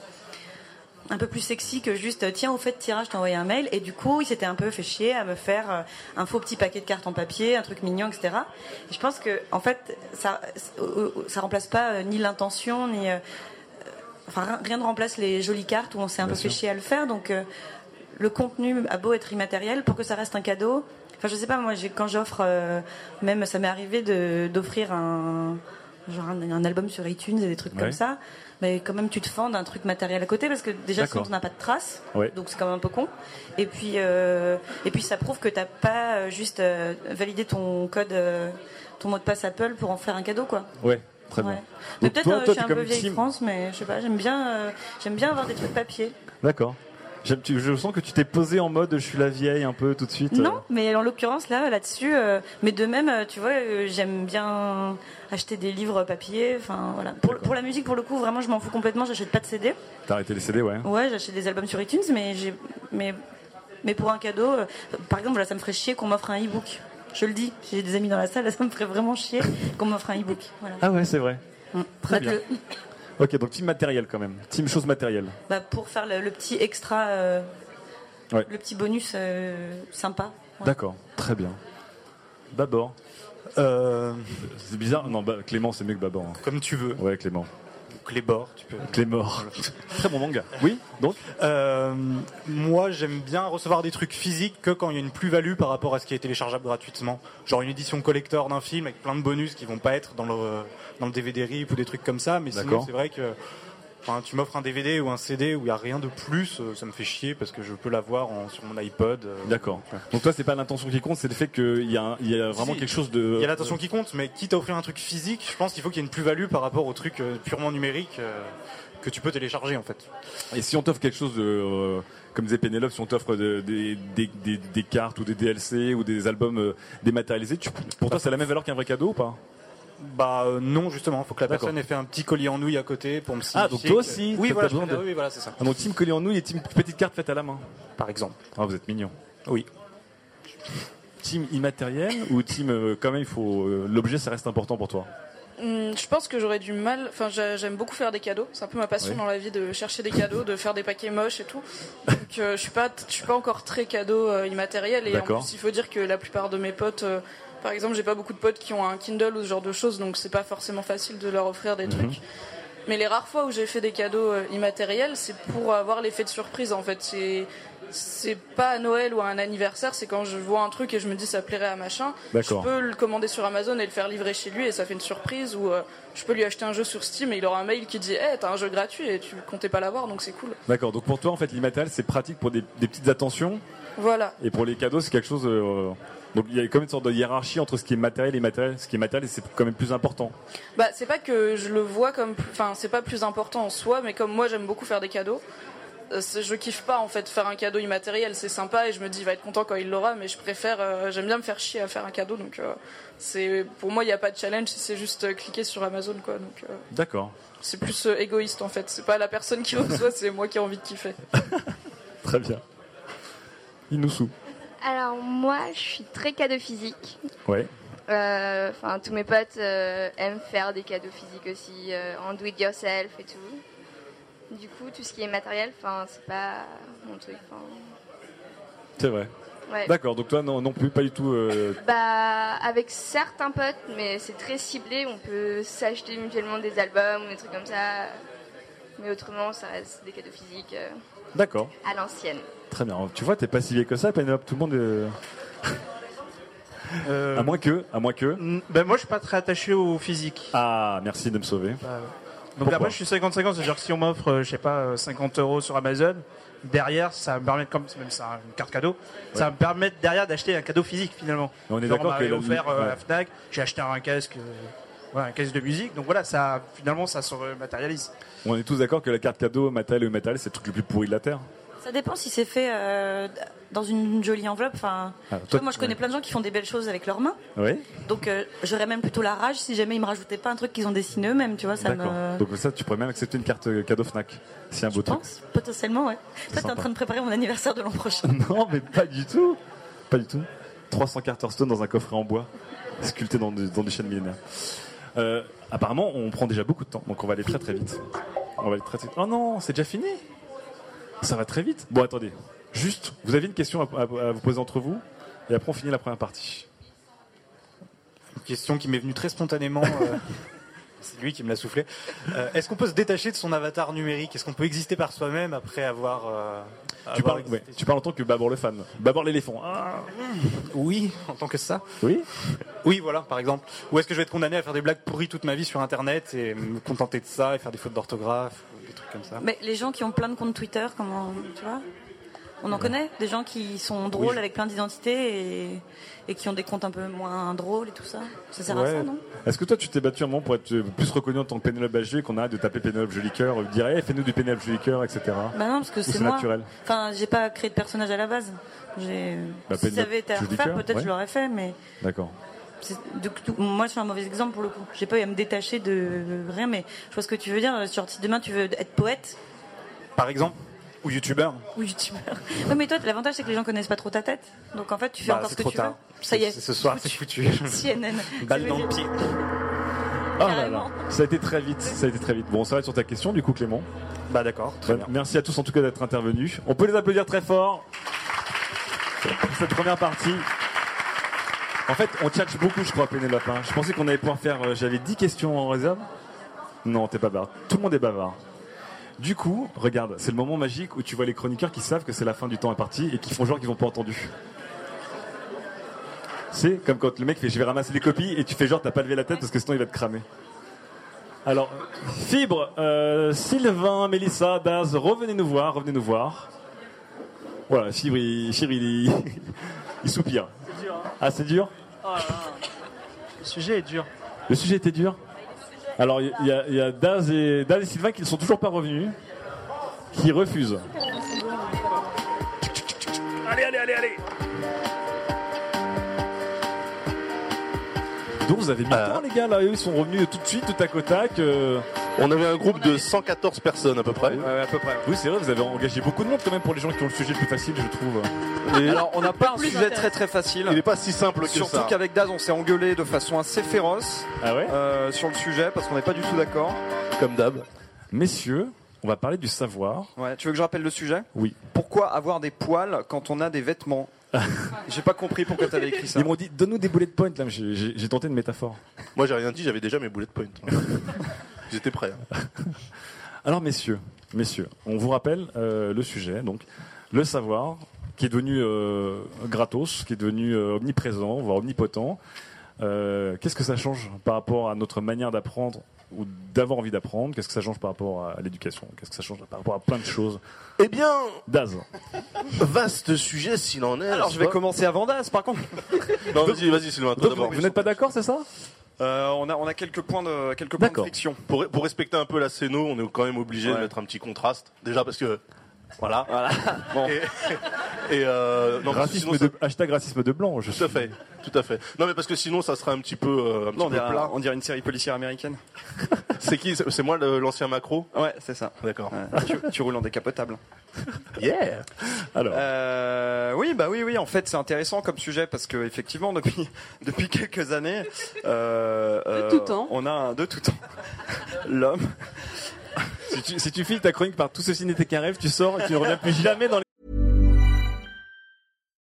Speaker 7: un peu plus sexy que juste, euh, tiens, au fait, tirage, je t'ai envoyé un mail, et du coup, il s'était un peu fait chier à me faire euh, un faux petit paquet de cartes en papier, un truc mignon, etc. Et je pense que, en fait, ça, euh, euh, ça remplace pas euh, ni l'intention, ni, euh, enfin, rien- rien ne remplace les jolies cartes où on s'est un
Speaker 12: Bien
Speaker 7: peu fait
Speaker 12: sûr.
Speaker 7: chier à le faire, donc. euh, le contenu a beau être immatériel, pour que ça reste un cadeau. Enfin, je sais pas, moi, j'ai- quand j'offre, euh, même ça m'est arrivé de- d'offrir un, genre un, un album sur iTunes et des trucs
Speaker 12: Ouais.
Speaker 7: comme ça, mais quand même, tu te fends d'un truc matériel à côté parce que déjà, sinon,
Speaker 12: D'accord.
Speaker 7: tu n'as pas de traces.
Speaker 12: Ouais.
Speaker 7: Donc, c'est quand même un peu con. Et puis, euh, et puis ça prouve que t'as pas euh, juste euh, validé ton code, euh, ton mot de passe Apple pour en faire un cadeau, quoi.
Speaker 3: Ouais, très
Speaker 7: Ouais.
Speaker 3: bien.
Speaker 7: Mais
Speaker 3: Donc
Speaker 7: peut-être
Speaker 3: toi,
Speaker 7: euh,
Speaker 3: toi,
Speaker 7: je suis
Speaker 3: t'es
Speaker 7: un peu
Speaker 3: comme
Speaker 7: vieille
Speaker 3: team-
Speaker 7: France, mais je sais pas, j'aime bien, euh, j'aime bien avoir des trucs papier.
Speaker 3: D'accord. J'aime- tu- Je sens que tu t'es posé en mode je suis la vieille un peu tout de suite.
Speaker 7: Non, mais en l'occurrence là, là-dessus, euh, mais de même, euh, tu vois, euh, j'aime bien acheter des livres papier. Enfin voilà. Pour, pour la musique, pour le coup, vraiment, je m'en fous complètement. J'achète pas de CD.
Speaker 3: Euh, T'as arrêté les CD, ouais.
Speaker 7: Ouais, j'achète des albums sur iTunes, mais j'ai, mais, mais pour un cadeau, euh, par exemple, là, ça me ferait chier qu'on m'offre un e-book. Je le dis, j'ai des amis dans la salle, là, ça me ferait vraiment chier qu'on m'offre un e-book. Voilà.
Speaker 3: Ah ouais, c'est vrai.
Speaker 7: Mm.
Speaker 3: Très bien.
Speaker 7: Note-le.
Speaker 3: Ok, donc team matériel quand même. Team chose matérielle.
Speaker 7: Bah, pour faire le, le petit extra, euh,
Speaker 3: Ouais.
Speaker 7: le petit bonus euh, sympa. Ouais.
Speaker 3: D'accord, très bien. Babord. C'est bizarre. Non, bah, Clément, c'est mieux que Babord.
Speaker 5: Comme tu veux.
Speaker 3: Ouais, Clément.
Speaker 5: Clébord, tu peux.
Speaker 3: Clément. Très bon manga. Oui, donc
Speaker 8: Euh, Moi, j'aime bien recevoir des trucs physiques que quand il y a une plus-value par rapport à ce qui est téléchargeable gratuitement. Genre une édition collector d'un film avec plein de bonus qui vont pas être dans le, dans le DVD RIP ou des trucs comme ça. Mais sinon,
Speaker 3: D'accord.
Speaker 8: c'est vrai que enfin, tu m'offres un DVD ou un CD où il n'y a rien de plus, euh, ça me fait chier parce que je peux l'avoir en- sur mon iPod. euh,
Speaker 3: D'accord. Donc toi, c'est pas l'intention qui compte, c'est le fait qu'il y a, un- il y a vraiment
Speaker 8: Si,
Speaker 3: quelque chose de.
Speaker 8: Il y a l'attention qui compte, mais quitte à offrir un truc physique, je pense qu'il faut qu'il y ait une plus-value par rapport au truc euh, purement numérique euh, que tu peux télécharger en fait.
Speaker 3: Et si on t'offre quelque chose de, euh, comme disait Pénélope, si on t'offre de- des, des- des- des cartes ou des DLC ou des albums euh, dématérialisés, tu- pour toi, c'est la même valeur qu'un vrai cadeau ou pas
Speaker 8: Bah euh, non, justement, faut que la
Speaker 3: D'accord.
Speaker 8: personne ait fait un petit collier en nouilles à côté pour me
Speaker 3: Ah,
Speaker 8: signifier
Speaker 3: donc toi
Speaker 8: que-
Speaker 3: aussi
Speaker 8: Oui,
Speaker 3: t'as-
Speaker 8: voilà,
Speaker 3: t'as besoin
Speaker 8: je préfère-
Speaker 3: de-
Speaker 8: oui, voilà, c'est ça.
Speaker 3: Ah, donc team collier en nouilles et team petite carte faite à la main
Speaker 8: Par exemple.
Speaker 3: Ah, vous êtes mignon.
Speaker 8: Oui.
Speaker 3: Team immatériel ou team euh, quand même il faut euh, l'objet ça reste important pour toi
Speaker 9: Hmm, Je pense que j'aurais du mal. Enfin, j'a- j'aime beaucoup faire des cadeaux. C'est un peu ma passion
Speaker 12: Oui.
Speaker 9: dans la vie de chercher des cadeaux, de faire des paquets moches et tout. Donc, euh, je suis pas, je suis pas encore très cadeau euh, immatériel. Et en
Speaker 12: D'accord.
Speaker 9: plus, il faut dire que la plupart de mes potes, euh, par exemple, j'ai pas beaucoup de potes qui ont un Kindle ou ce genre de choses, donc c'est pas forcément facile de leur offrir
Speaker 12: Mhm.
Speaker 9: des trucs. Mais les rares fois où j'ai fait des cadeaux euh, immatériels, c'est pour avoir l'effet de surprise en fait. C'est c'est pas à Noël ou à un anniversaire, c'est quand je vois un truc et je me dis ça plairait à machin. Je
Speaker 3: D'accord.
Speaker 9: peux le commander sur Amazon et le faire livrer chez lui et ça fait une surprise. Ou euh, je peux lui acheter un jeu sur Steam et il aura un mail qui dit Eh, t'as un jeu gratuit et tu comptais pas l'avoir donc c'est cool.
Speaker 3: D'accord, donc pour toi, en fait, l'immatériel, c'est pratique pour des, des petites attentions,
Speaker 9: Voilà.
Speaker 3: et pour les cadeaux, c'est quelque chose. euh, donc il y a quand même une sorte de hiérarchie entre ce qui est matériel et matériel. Ce qui est matériel, c'est quand même plus important.
Speaker 9: Bah, c'est pas que je le vois comme. Enfin, c'est pas plus important en soi, mais comme moi, j'aime beaucoup faire des cadeaux. euh, c'est- Je kiffe pas en fait faire un cadeau immatériel, c'est sympa et je me dis il va être content quand il l'aura, mais je préfère, euh, j'aime bien me faire chier à faire un cadeau, donc euh, c'est pour moi il n'y a pas de challenge, c'est juste euh, cliquer sur Amazon quoi, donc euh,
Speaker 3: D'accord,
Speaker 9: c'est plus euh, égoïste en fait, c'est pas la personne qui reçoit, c'est moi qui ai envie de kiffer.
Speaker 3: très bien. Inoussou.
Speaker 10: Alors moi, je suis très cadeau physique.
Speaker 3: Ouais.
Speaker 10: Euh, Enfin, tous mes potes euh, aiment faire des cadeaux physiques aussi, euh, en do it yourself et tout. Du coup, tout ce qui est matériel, enfin, c'est pas mon truc. enfin.
Speaker 3: C'est vrai.
Speaker 10: Ouais.
Speaker 3: D'accord, donc toi, non, non plus, pas du tout. euh,
Speaker 10: Bah, avec certains potes, mais c'est très ciblé. On peut s'acheter mutuellement des albums ou des trucs comme ça. Mais autrement, ça reste des cadeaux physiques euh,
Speaker 3: D'accord,
Speaker 10: à l'ancienne.
Speaker 3: très bien. Tu vois, t'es pas si vieux que ça, Penelope. Tout le monde. euh, À moins que, à moins que.
Speaker 11: Euh, Ben moi, je suis pas très attaché au physique.
Speaker 3: Ah, merci de me sauver.
Speaker 11: Donc après, je suis 50-50, c'est-à-dire que si on m'offre, euh, je sais pas, euh, 50 euros sur Amazon, derrière, ça va me permet, comme même c'est une carte cadeau, ça va me permettre derrière d'acheter un cadeau physique finalement.
Speaker 3: Mais on est
Speaker 11: Genre,
Speaker 3: d'accord
Speaker 11: m'avait
Speaker 3: que le-
Speaker 11: offert euh, à
Speaker 3: ouais.
Speaker 11: la Fnac, j'ai acheté un casque, euh, voilà, un casque de musique, donc voilà, ça finalement, ça se matérialise.
Speaker 3: On est tous d'accord que la carte cadeau, matériel ou matériel, c'est le truc le plus pourri de la terre.
Speaker 7: Ça dépend si c'est fait euh, dans une jolie enveloppe. Enfin,
Speaker 3: Ah,
Speaker 7: tu
Speaker 3: toi-
Speaker 7: vois, moi, je connais
Speaker 3: ouais.
Speaker 7: plein de gens qui font des belles choses avec leurs mains.
Speaker 3: Oui.
Speaker 7: Donc, euh, j'aurais même plutôt la rage si jamais ils me rajoutaient pas un truc qu'ils ont dessiné eux-mêmes. Tu vois, ça
Speaker 3: D'accord.
Speaker 7: me.
Speaker 3: Donc ça, tu pourrais même accepter une carte euh, cadeau Fnac. Si un beau truc.
Speaker 7: Potentiellement, ouais. Toi, t'es en
Speaker 3: sympa.
Speaker 7: train de préparer mon anniversaire de l'an prochain.
Speaker 3: non, mais pas du tout. Pas du tout. 300 carter stone dans un coffret en bois, sculpté dans du, dans du chêne millénaire. Euh, apparemment, on prend déjà beaucoup de temps, donc on va aller très très vite. On va aller très, très- Oh non, c'est déjà fini Ça va très vite. Bon, attendez. Juste, vous avez une question à, à- à vous poser entre vous, et après on finit la première partie.
Speaker 8: Une question qui m'est venue très spontanément. euh, C'est lui qui me l'a soufflé. Euh, Est-ce qu'on peut se détacher de son avatar numérique Est-ce qu'on peut exister par soi-même après avoir. euh,
Speaker 3: Tu
Speaker 8: avoir
Speaker 3: parles,
Speaker 8: existé
Speaker 3: ouais, tu parles en tant que Babor le fan. Babor l'éléphant. Ah.
Speaker 8: Oui, en tant que ça.
Speaker 3: Oui
Speaker 8: Oui, voilà, par exemple. Ou est-ce que je vais être condamné à faire des blagues pourries toute ma vie sur Internet et me contenter de ça et faire des fautes d'orthographe ou des trucs comme ça
Speaker 7: Mais les gens qui ont plein de comptes Twitter, comment tu vois On en connaît des gens qui sont drôles
Speaker 3: je-
Speaker 7: avec plein d'identités et, et qui ont des comptes un peu moins drôles et tout ça. Ça sert à
Speaker 3: Ouais.
Speaker 7: ça, non
Speaker 3: Est-ce que toi, tu t'es battu un moment pour être euh, plus reconnu en tant que Pénélope Bagier et qu'on arrête de taper Pénélope Jolicoeur, de dire, Eh, fais-nous du Pénélope Jolicoeur, etc.
Speaker 7: Bah non, parce que
Speaker 3: Ou
Speaker 7: c'est moi.
Speaker 3: naturel.
Speaker 7: Enfin, j'ai pas créé de personnage à la base. J'ai.
Speaker 3: Bah,
Speaker 7: si
Speaker 3: Penelope
Speaker 7: ça avait été à
Speaker 3: Judica,
Speaker 7: refaire, peut-être
Speaker 3: ouais.
Speaker 7: je l'aurais fait, mais
Speaker 3: D'accord.
Speaker 7: c'est- du coup, tout- moi je suis un mauvais exemple pour le coup. J'ai pas eu à me détacher de rien, mais je vois ce que tu veux dire. Genre, si demain tu veux être poète
Speaker 8: Par exemple Ou youtubeur
Speaker 7: ou youtubeur. Oui, mais toi, l'avantage c'est que les gens connaissent pas trop ta tête, donc en fait tu fais
Speaker 8: Bah,
Speaker 7: encore
Speaker 8: c'est
Speaker 7: ce que
Speaker 8: trop
Speaker 7: tu
Speaker 8: tard.
Speaker 7: veux. Ça y est.
Speaker 8: C'est ce soir, c'est foutu.
Speaker 7: CNN.
Speaker 8: Balle dans le pied.
Speaker 3: Oh là là. Ça a été très vite. Ça a été très vite. Bon, on s'arrête sur ta question, du coup, Clément.
Speaker 8: Bah d'accord.
Speaker 3: Bah, merci à tous en tout cas d'être intervenus. On peut les applaudir très fort pour cette première partie. En fait, on tchatche beaucoup, je crois, Pénélope. hein. Je pensais qu'on allait pouvoir faire. euh, J'avais 10 questions en réserve. Non, t'es bavard. Tout le monde est bavard. Du coup, regarde, c'est le moment magique où tu vois les chroniqueurs qui savent que c'est la fin du temps est parti et qui font genre qu'ils n'ont pas entendu. C'est comme quand le mec fait je vais ramasser les copies et tu fais genre t'as pas levé la tête parce que sinon il va te cramer. Alors, Fibre, euh, Sylvain, Mélissa, Daz, revenez nous voir, revenez nous voir. Voilà, Fibre, il, Fibre, il, il soupire.
Speaker 4: C'est dur, hein.
Speaker 3: Ah, c'est dur
Speaker 4: Oh là là. Le sujet est dur.
Speaker 3: Le sujet était dur Alors, il y, a- il y a Daz et, Daz et Sylvain qui ne sont toujours pas revenus, qui refusent.
Speaker 12: Allez, allez, allez, allez.
Speaker 3: Ah. Donc, vous avez mis le temps, les gars, là, eux, ils sont revenus tout de suite, tout à tac. euh,
Speaker 1: On avait un groupe de 114 personnes à peu près.
Speaker 8: à peu près.
Speaker 3: Oui, c'est vrai, vous avez engagé beaucoup de monde quand même pour les gens qui ont le sujet le plus facile, je trouve.
Speaker 12: Alors, on n'a pas un sujet très très facile.
Speaker 3: Il n'est pas si simple que ça. Ah
Speaker 12: Surtout qu'avec Daz, on s'est engueulé de façon assez féroce euh, sur le sujet parce qu'on n'est pas du tout d'accord.
Speaker 1: Comme d'hab.
Speaker 3: Messieurs, on va parler du savoir.
Speaker 12: Ouais, tu veux que je rappelle le sujet
Speaker 3: Oui.
Speaker 12: Pourquoi avoir des poils quand on a des vêtements J'ai pas compris pourquoi t'avais écrit ça.
Speaker 3: Ils m'ont dit, donne-nous des bullet points, là, mais j'ai- j'ai j'ai tenté une métaphore.
Speaker 1: Moi j'ai rien dit, j'avais déjà mes bullet points. J'étais prêt. hein.
Speaker 3: Alors messieurs, messieurs, on vous rappelle euh, le sujet, donc le savoir qui est devenu euh, gratos, qui est devenu euh, omniprésent, voire omnipotent. Euh, Qu'est-ce que ça change par rapport à notre manière d'apprendre ou d'avoir envie d'apprendre Qu'est-ce que ça change par rapport à l'éducation Qu'est-ce que ça change par rapport à plein de choses
Speaker 1: Eh bien,
Speaker 3: Daz.
Speaker 1: Vaste sujet s'il en est.
Speaker 12: Alors, je vais commencer avant Daz, par contre.
Speaker 1: Non, vas-y, vas-y, Sylvain. toi
Speaker 12: Donc,
Speaker 1: d'abord.
Speaker 12: vous euh,
Speaker 3: n'êtes pas d'accord, c'est ça
Speaker 12: on, a, on a quelques points de, quelques points de friction.
Speaker 1: Pour, pour respecter un peu la scéno, on est quand même obligé de mettre un petit contraste. Déjà parce que. Voilà. Et, et, euh, non, parce que
Speaker 3: Racisme
Speaker 1: sinon, ça-
Speaker 3: de- Hashtag racisme de blanc, je
Speaker 1: Tout à fait, tout à fait. Non, mais parce que sinon, ça serait un petit peu, euh, un petit
Speaker 12: Non, on
Speaker 1: peu
Speaker 12: dirait-
Speaker 1: plat.
Speaker 12: on dirait une série policière américaine.
Speaker 1: C'est qui C'est c'est moi le- l'ancien macro
Speaker 12: Ouais, c'est ça.
Speaker 1: D'accord.
Speaker 12: tu, tu roules en décapotable.
Speaker 1: Yeah
Speaker 3: Alors.
Speaker 12: oui, bah oui, oui. En fait, c'est intéressant comme sujet parce que effectivement, depuis depuis quelques années, euh, euh,
Speaker 3: tout temps.
Speaker 12: on a un de tout temps l'homme.
Speaker 3: Si tu, si tu files ta chronique par tout ceci n'était qu'un rêve, tu sors et tu ne reviens plus jamais dans les...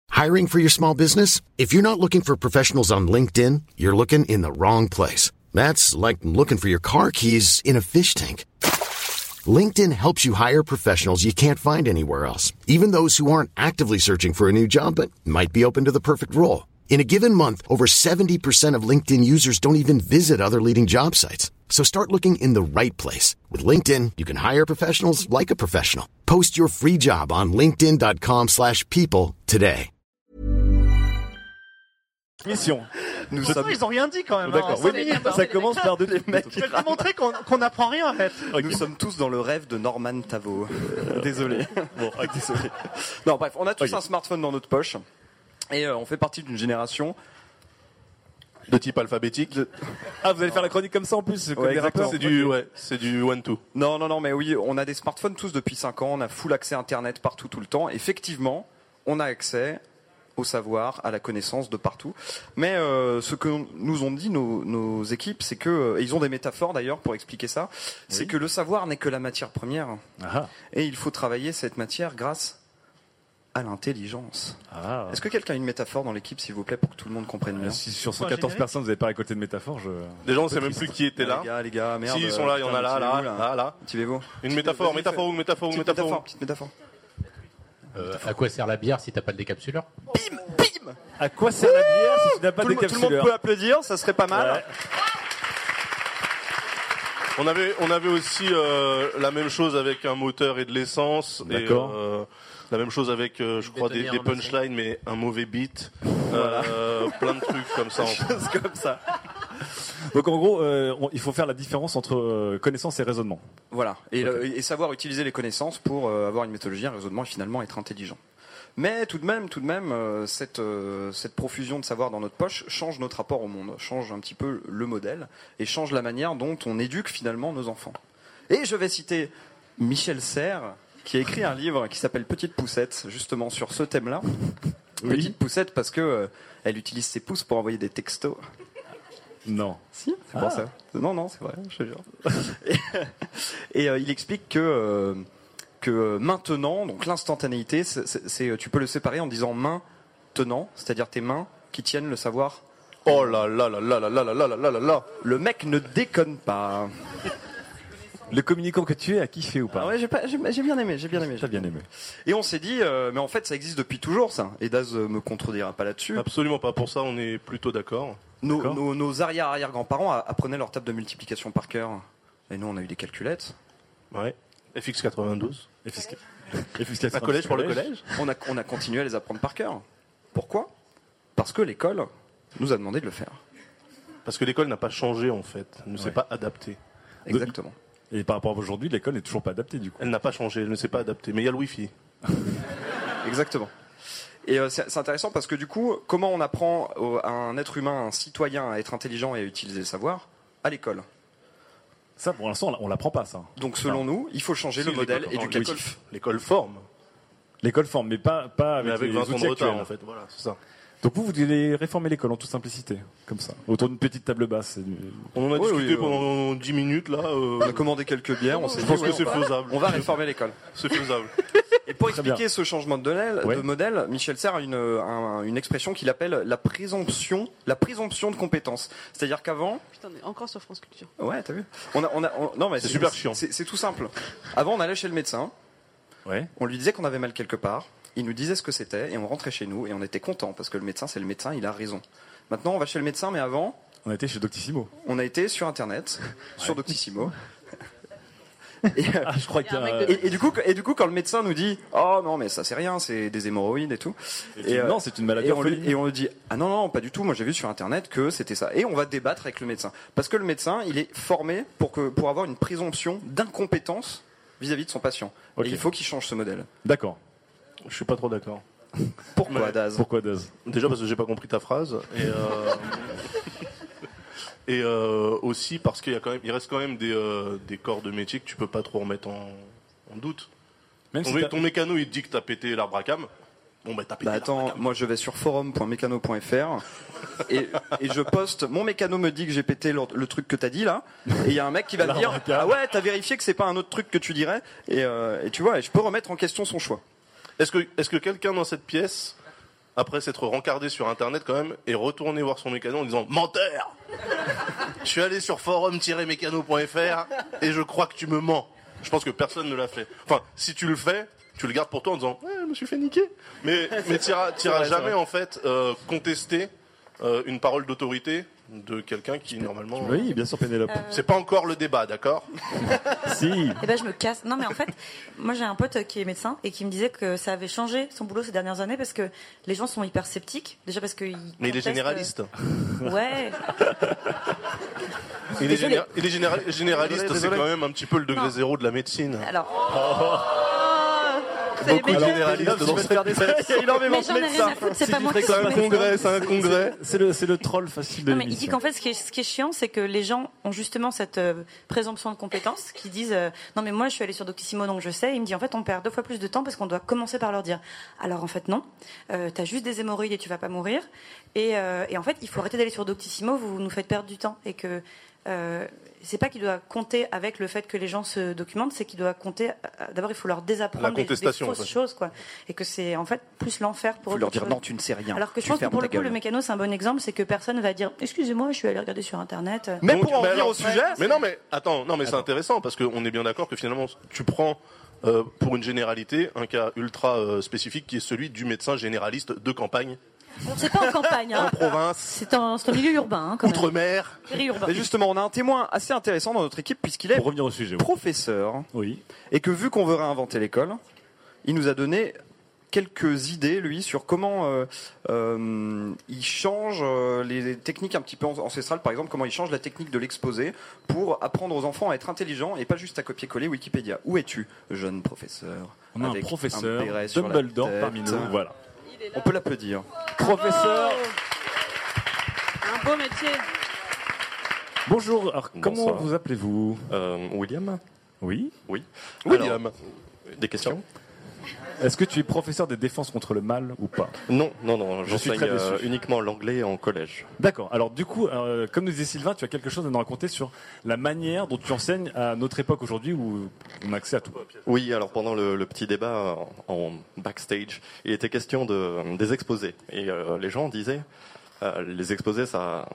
Speaker 13: Hiring for your small business? If you're not looking for professionals on LinkedIn, you're looking in the wrong place. That's like looking for your car keys in a fish tank. LinkedIn helps you hire professionals you can't find anywhere else, even those who aren't actively searching for a new job but might be open to the perfect role. In a given month, over 70% of LinkedIn users don't even visit other leading job sites. So start looking in the right place. With LinkedIn, you can hire professionals like a professional. Post your free job on linkedin.com slash people today.
Speaker 3: Mission.
Speaker 12: Nous
Speaker 4: De toute façon, ils ont rien dit quand même.
Speaker 12: D'accord.
Speaker 4: hein.
Speaker 12: Oui, mais ça commence par deux-
Speaker 4: les mecs. Je vais te montrer qu'on qu'on n'apprend rien en fait.
Speaker 12: Nous sommes tous dans le rêve de Norman Tavo. désolé. Euh, Bon, désolé. Non, bref, on a tous un smartphone dans notre poche et euh, on fait partie d'une génération
Speaker 1: de type alphabétique.
Speaker 3: Ah, vous allez faire la chronique comme ça en plus
Speaker 1: comme des rappeurs C'est du- ouais, c'est du one-two.
Speaker 12: Non, non, non, mais oui, on a des smartphones tous depuis 5 ans, on a full accès à Internet partout, tout le temps. Effectivement, on a accès au savoir, à la connaissance de partout. Mais euh, ce que nous ont dit nos, nos équipes, c'est que, euh, et ils ont des métaphores d'ailleurs pour expliquer ça, c'est que le savoir n'est que la matière première.
Speaker 3: Ah.
Speaker 12: Et il faut travailler cette matière grâce à l'intelligence. Est-ce que quelqu'un a une métaphore dans l'équipe, s'il vous plaît, pour que tout le monde comprenne bien
Speaker 3: Ah. Euh, Si sur 114 personnes, vous n'avez pas récolté de métaphore, je...
Speaker 1: Déjà, on sait même plus qui était là.
Speaker 12: Les gars, les gars, merde.
Speaker 1: Si, ils sont là, il y en a là, là, là, là.
Speaker 12: Motivez-vous.
Speaker 1: Une métaphore, métaphore ou métaphore ou
Speaker 12: Petite
Speaker 1: métaphore.
Speaker 12: métaphore, petite métaphore.
Speaker 14: Euh, à quoi sert la bière si t'as pas le décapsuleur
Speaker 3: À quoi sert la bière si tu n'as pas
Speaker 12: tout,
Speaker 3: de
Speaker 12: le, monde- tout le
Speaker 3: capsuleur
Speaker 12: monde peut applaudir, ça serait pas mal.
Speaker 1: On avait, on avait aussi euh, la même chose avec un moteur et de l'essence. et,
Speaker 3: D'accord.
Speaker 1: euh, la même chose avec, euh, je crois, des,
Speaker 3: bétonnière
Speaker 1: des
Speaker 3: en
Speaker 1: punchlines, mais un mauvais beat. Euh, plein de trucs comme ça. en fait.
Speaker 12: comme ça.
Speaker 3: Donc en gros, euh, on- il faut faire la différence entre euh, connaissance et raisonnement.
Speaker 12: Voilà. Et, le- et savoir utiliser les connaissances pour euh, avoir une méthodologie, un raisonnement et finalement être intelligent. Mais tout de même, tout de même, euh, cette, euh, cette profusion de savoir dans notre poche change notre rapport au monde, change un petit peu le modèle et change la manière dont on éduque finalement nos enfants. Et je vais citer Michel Serres qui a écrit un livre qui s'appelle Petite poussette justement sur ce thème-là. Petite poussette parce que euh, elle utilise ses pouces pour envoyer des textos.
Speaker 3: Non.
Speaker 12: Si, c'est pour ça. Non, non, c'est vrai, je te jure. Et euh, il explique que, euh, que euh, maintenant, donc l'instantanéité, c'est- c'est- c'est- tu peux le séparer en disant main tenant, c'est-à-dire tes mains qui tiennent le savoir.
Speaker 1: Oh là là là là là là là là là là là
Speaker 12: Le mec ne déconne pas.
Speaker 3: Le communicant que tu es a kiffé ou pas
Speaker 12: Ah ouais, j'ai pas- j'ai j'ai bien aimé, j'ai bien aimé.
Speaker 3: T'as bien aimé.
Speaker 12: Et on s'est dit, euh, mais en fait, ça existe depuis toujours, ça. Et Daz euh, me contredira pas là-dessus.
Speaker 1: Absolument pas. Pour ça, on est plutôt d'accord.
Speaker 12: Nos, nos- nos arrière-arrière-grands-parents a- apprenaient leur table de multiplication par cœur. Et nous, on a eu des calculettes.
Speaker 1: Ouais. FX92.
Speaker 3: FX...
Speaker 1: Un collège pour le collège
Speaker 12: on a, on a continué à les apprendre par cœur. Pourquoi Parce que l'école nous a demandé de le faire.
Speaker 1: Parce que l'école n'a pas changé en fait, ne s'est
Speaker 3: Ouais.
Speaker 1: pas adaptée.
Speaker 12: Exactement.
Speaker 3: Et par rapport à aujourd'hui, l'école n'est toujours pas adaptée du coup.
Speaker 1: Elle n'a pas changé, elle ne s'est pas adaptée. Mais il y a le wifi.
Speaker 12: Exactement. Et euh, c'est c'est intéressant parce que du coup, comment on apprend au- à un être humain, un citoyen, à être intelligent et à utiliser le savoir À l'école.
Speaker 3: Ça, pour l'instant, on l'a- on l'apprend pas, ça.
Speaker 12: Donc, selon
Speaker 3: Non.
Speaker 12: nous, il faut changer
Speaker 3: Si,
Speaker 12: le modèle
Speaker 3: l'école-
Speaker 12: éducatif.
Speaker 3: oui. L'école forme. L'école forme, mais pas, pas avec,
Speaker 1: Mais avec
Speaker 3: les
Speaker 1: 20 ans de
Speaker 3: outils
Speaker 1: retard,
Speaker 3: actuels.
Speaker 1: en fait, voilà, c'est ça.
Speaker 3: Donc vous, vous voulez réformer l'école en toute simplicité, comme ça, autour d'une petite table basse. c'est du-
Speaker 1: On en a
Speaker 3: Oui,
Speaker 1: discuté
Speaker 3: oui, euh,
Speaker 1: pendant 10 minutes là. euh,
Speaker 12: On a commandé quelques bières, on s'est
Speaker 1: Je
Speaker 12: dit,
Speaker 1: pense que
Speaker 12: ouais,
Speaker 1: c'est
Speaker 12: on va-
Speaker 1: faisable.
Speaker 12: On va réformer l'école.
Speaker 1: C'est faisable.
Speaker 12: Et pour
Speaker 1: Très bien.
Speaker 12: expliquer ce changement de modèle, de modèle, Michel Serres a une, euh, un- une expression qu'il appelle la présomption, la présomption de compétence. C'est-à-dire qu'avant,
Speaker 6: Putain, on est encore sur France Culture.
Speaker 12: Ouais, t'as vu on a, on a, on- non, mais
Speaker 1: C'est super chiant.
Speaker 12: C'est c'est tout simple. Avant, on allait chez le médecin. On lui disait qu'on avait mal quelque part. Il nous disait ce que c'était et on rentrait chez nous et on était content parce que le médecin, c'est le médecin, il a raison. Maintenant, on va chez le médecin, mais avant,
Speaker 3: On était chez Doctissimo.
Speaker 12: on a été sur Internet, sur Doctissimo. Et, euh,
Speaker 3: je crois
Speaker 12: qu'il et, et du coup, et du coup, quand le médecin nous dit, oh non, mais ça c'est rien, c'est des hémorroïdes et tout.
Speaker 3: C'est une- non, c'est une maladie
Speaker 12: Et on, lui,
Speaker 3: orpheline.
Speaker 12: et on lui dit, ah non, non, pas du tout. Moi, j'ai vu sur internet que c'était ça. Et on va débattre avec le médecin, parce que le médecin, il est formé pour que pour avoir une présomption d'incompétence vis-à-vis de son patient.
Speaker 3: Ok.
Speaker 12: Et il faut qu'il change ce modèle.
Speaker 3: D'accord.
Speaker 1: Je suis pas trop d'accord.
Speaker 12: Pourquoi Daz
Speaker 3: Pourquoi Daz
Speaker 1: Déjà parce que j'ai pas compris ta phrase et, euh, et euh, aussi parce qu'il y a quand même, il reste quand même des, euh, des corps de métier que tu peux pas trop remettre en, en doute.
Speaker 12: Même
Speaker 1: ton,
Speaker 12: si
Speaker 1: mé-
Speaker 12: t'as-
Speaker 1: ton mécano il te dit que t'as pété l'arbre à cam. Bon bah t'as pété.
Speaker 12: Bah attends, moi je vais sur forum.mécano.fr et, et je poste mon mécano me dit que j'ai pété le, le truc que t'as dit là et il y a un mec qui va me dire ah ouais t'as vérifié que c'est pas un autre truc que tu dirais et, euh, et tu vois et je peux remettre en question son choix.
Speaker 1: Est-ce que est-ce que quelqu'un dans cette pièce après s'être rencardé sur internet quand même est retourné voir son mécano en disant menteur. je suis allé sur forum-mécano.fr et je crois que tu me mens. Je pense que personne ne l'a fait. Enfin, si tu le fais, tu le gardes pour toi en disant Ouais, je me suis fait niquer. Mais, mais t'iras
Speaker 11: C'est
Speaker 1: t'iras
Speaker 11: vrai, c'est
Speaker 1: jamais
Speaker 11: vrai.
Speaker 1: en fait euh, contester euh, une parole d'autorité de quelqu'un qui normalement. Euh,
Speaker 3: Oui, bien sûr, Pénélope.
Speaker 1: C'est pas encore le débat, d'accord
Speaker 3: Si.
Speaker 7: Et ben je me casse. Non mais en fait, moi j'ai un pote qui est médecin et qui me disait que ça avait changé son boulot ces dernières années parce que les gens sont hyper sceptiques. Déjà parce que ils
Speaker 1: Mais il est
Speaker 7: contestent,
Speaker 1: généraliste.
Speaker 7: euh, Ouais.
Speaker 1: Il est, géné- il est général- généraliste,
Speaker 7: Désolé,
Speaker 1: c'est
Speaker 7: désolé.
Speaker 1: quand même un petit peu le degré
Speaker 7: Non.
Speaker 1: zéro de la médecine. Ah. Oh.
Speaker 7: Alors.
Speaker 1: Beaucoup de généralistes dans cette pièce. Il y a énormément
Speaker 7: Mais j'en ai
Speaker 1: de
Speaker 7: rien à
Speaker 1: médecins.
Speaker 7: foutre, c'est
Speaker 1: Si
Speaker 7: pas
Speaker 1: tu
Speaker 7: moi
Speaker 1: fais
Speaker 7: qui
Speaker 1: comme
Speaker 7: suis
Speaker 1: un congrès, c'est un
Speaker 7: médecin.
Speaker 1: congrès.
Speaker 3: C'est le, c'est le troll facile de
Speaker 7: Non, mais il dit
Speaker 3: l'émission.
Speaker 7: qu'en fait, ce qui est, ce qui est chiant, c'est que les gens ont justement cette euh, présomption de compétence qui disent euh, Non, mais moi, je suis allé sur Doctissimo, donc je sais. Et il me dit En fait, on perd deux fois plus de temps parce qu'on doit commencer par leur dire Alors, en fait, non. Euh, T'as juste des hémorroïdes et tu vas pas mourir. Et, euh, et en fait, il faut arrêter d'aller sur Doctissimo, vous nous faites perdre du temps. Et que. euh, c'est pas qu'il doit compter avec le fait que les gens se documentent, c'est qu'il doit compter. euh, D'abord, il faut leur désapprendre
Speaker 12: La
Speaker 7: des- des,
Speaker 12: contestation, en
Speaker 7: fausses
Speaker 12: fait.
Speaker 7: choses, quoi. Et que c'est en fait plus l'enfer pour
Speaker 12: Faut
Speaker 7: eux
Speaker 12: leur
Speaker 7: qu'autre
Speaker 12: dire
Speaker 7: chose.
Speaker 12: non tu ne sais rien.
Speaker 7: Alors que je
Speaker 12: tu
Speaker 7: pense que
Speaker 12: fermes
Speaker 7: pour
Speaker 12: ta
Speaker 7: le coup,
Speaker 12: gueule.
Speaker 7: le mécano, c'est un bon exemple, c'est que personne va dire Excusez-moi, je suis allé regarder sur internet.
Speaker 1: Donc, mais alors, Mais non, mais attends, non, mais c'est intéressant parce qu'on est bien d'accord que finalement, tu prends euh, pour une généralité un cas ultra euh, spécifique qui est celui du médecin généraliste de campagne,
Speaker 7: Alors, c'est pas en campagne, hein.
Speaker 1: en province.
Speaker 7: c'est en, c'est en milieu urbain. Hein, quand même.
Speaker 1: Outre-mer.
Speaker 7: Périurbain.
Speaker 12: Mais justement, on a un témoin assez intéressant dans notre équipe puisqu'il est professeur.
Speaker 3: Oui.
Speaker 12: Et que vu qu'on veut réinventer l'école, il nous a donné quelques idées lui sur comment euh, euh, il change euh, les techniques un petit peu ancestrales par exemple comment il change la technique de l'exposé pour apprendre aux enfants à être intelligents et pas juste à copier-coller Wikipédia. Où es-tu jeune professeur
Speaker 3: On a un
Speaker 12: Avec
Speaker 3: professeur
Speaker 12: béret sur la
Speaker 3: Dumbledore
Speaker 12: tête.
Speaker 3: parmi nous, voilà.
Speaker 12: On peut l'applaudir.
Speaker 3: Professeur.
Speaker 6: Un beau métier.
Speaker 3: Bonjour, alors comment
Speaker 15: Bonsoir.
Speaker 3: vous appelez-vous
Speaker 15: William
Speaker 3: Euh, Oui. euh,
Speaker 15: Oui.
Speaker 3: William.
Speaker 15: Alors, des questions
Speaker 3: Est-ce que tu es professeur des défenses contre le mal ou pas
Speaker 15: Non, non, non,
Speaker 3: Je suis
Speaker 15: j'enseigne
Speaker 3: très
Speaker 15: euh,
Speaker 3: déçu.
Speaker 15: uniquement l'anglais en collège.
Speaker 3: D'accord. Alors du coup, euh, comme nous disait Sylvain, tu as quelque chose à nous raconter sur la manière dont tu enseignes à notre époque aujourd'hui où on a accès à tout.
Speaker 15: Oui, alors pendant le, le petit débat en, en backstage, il était question de, des exposés. Et euh, les gens disaient, euh, les exposés, ça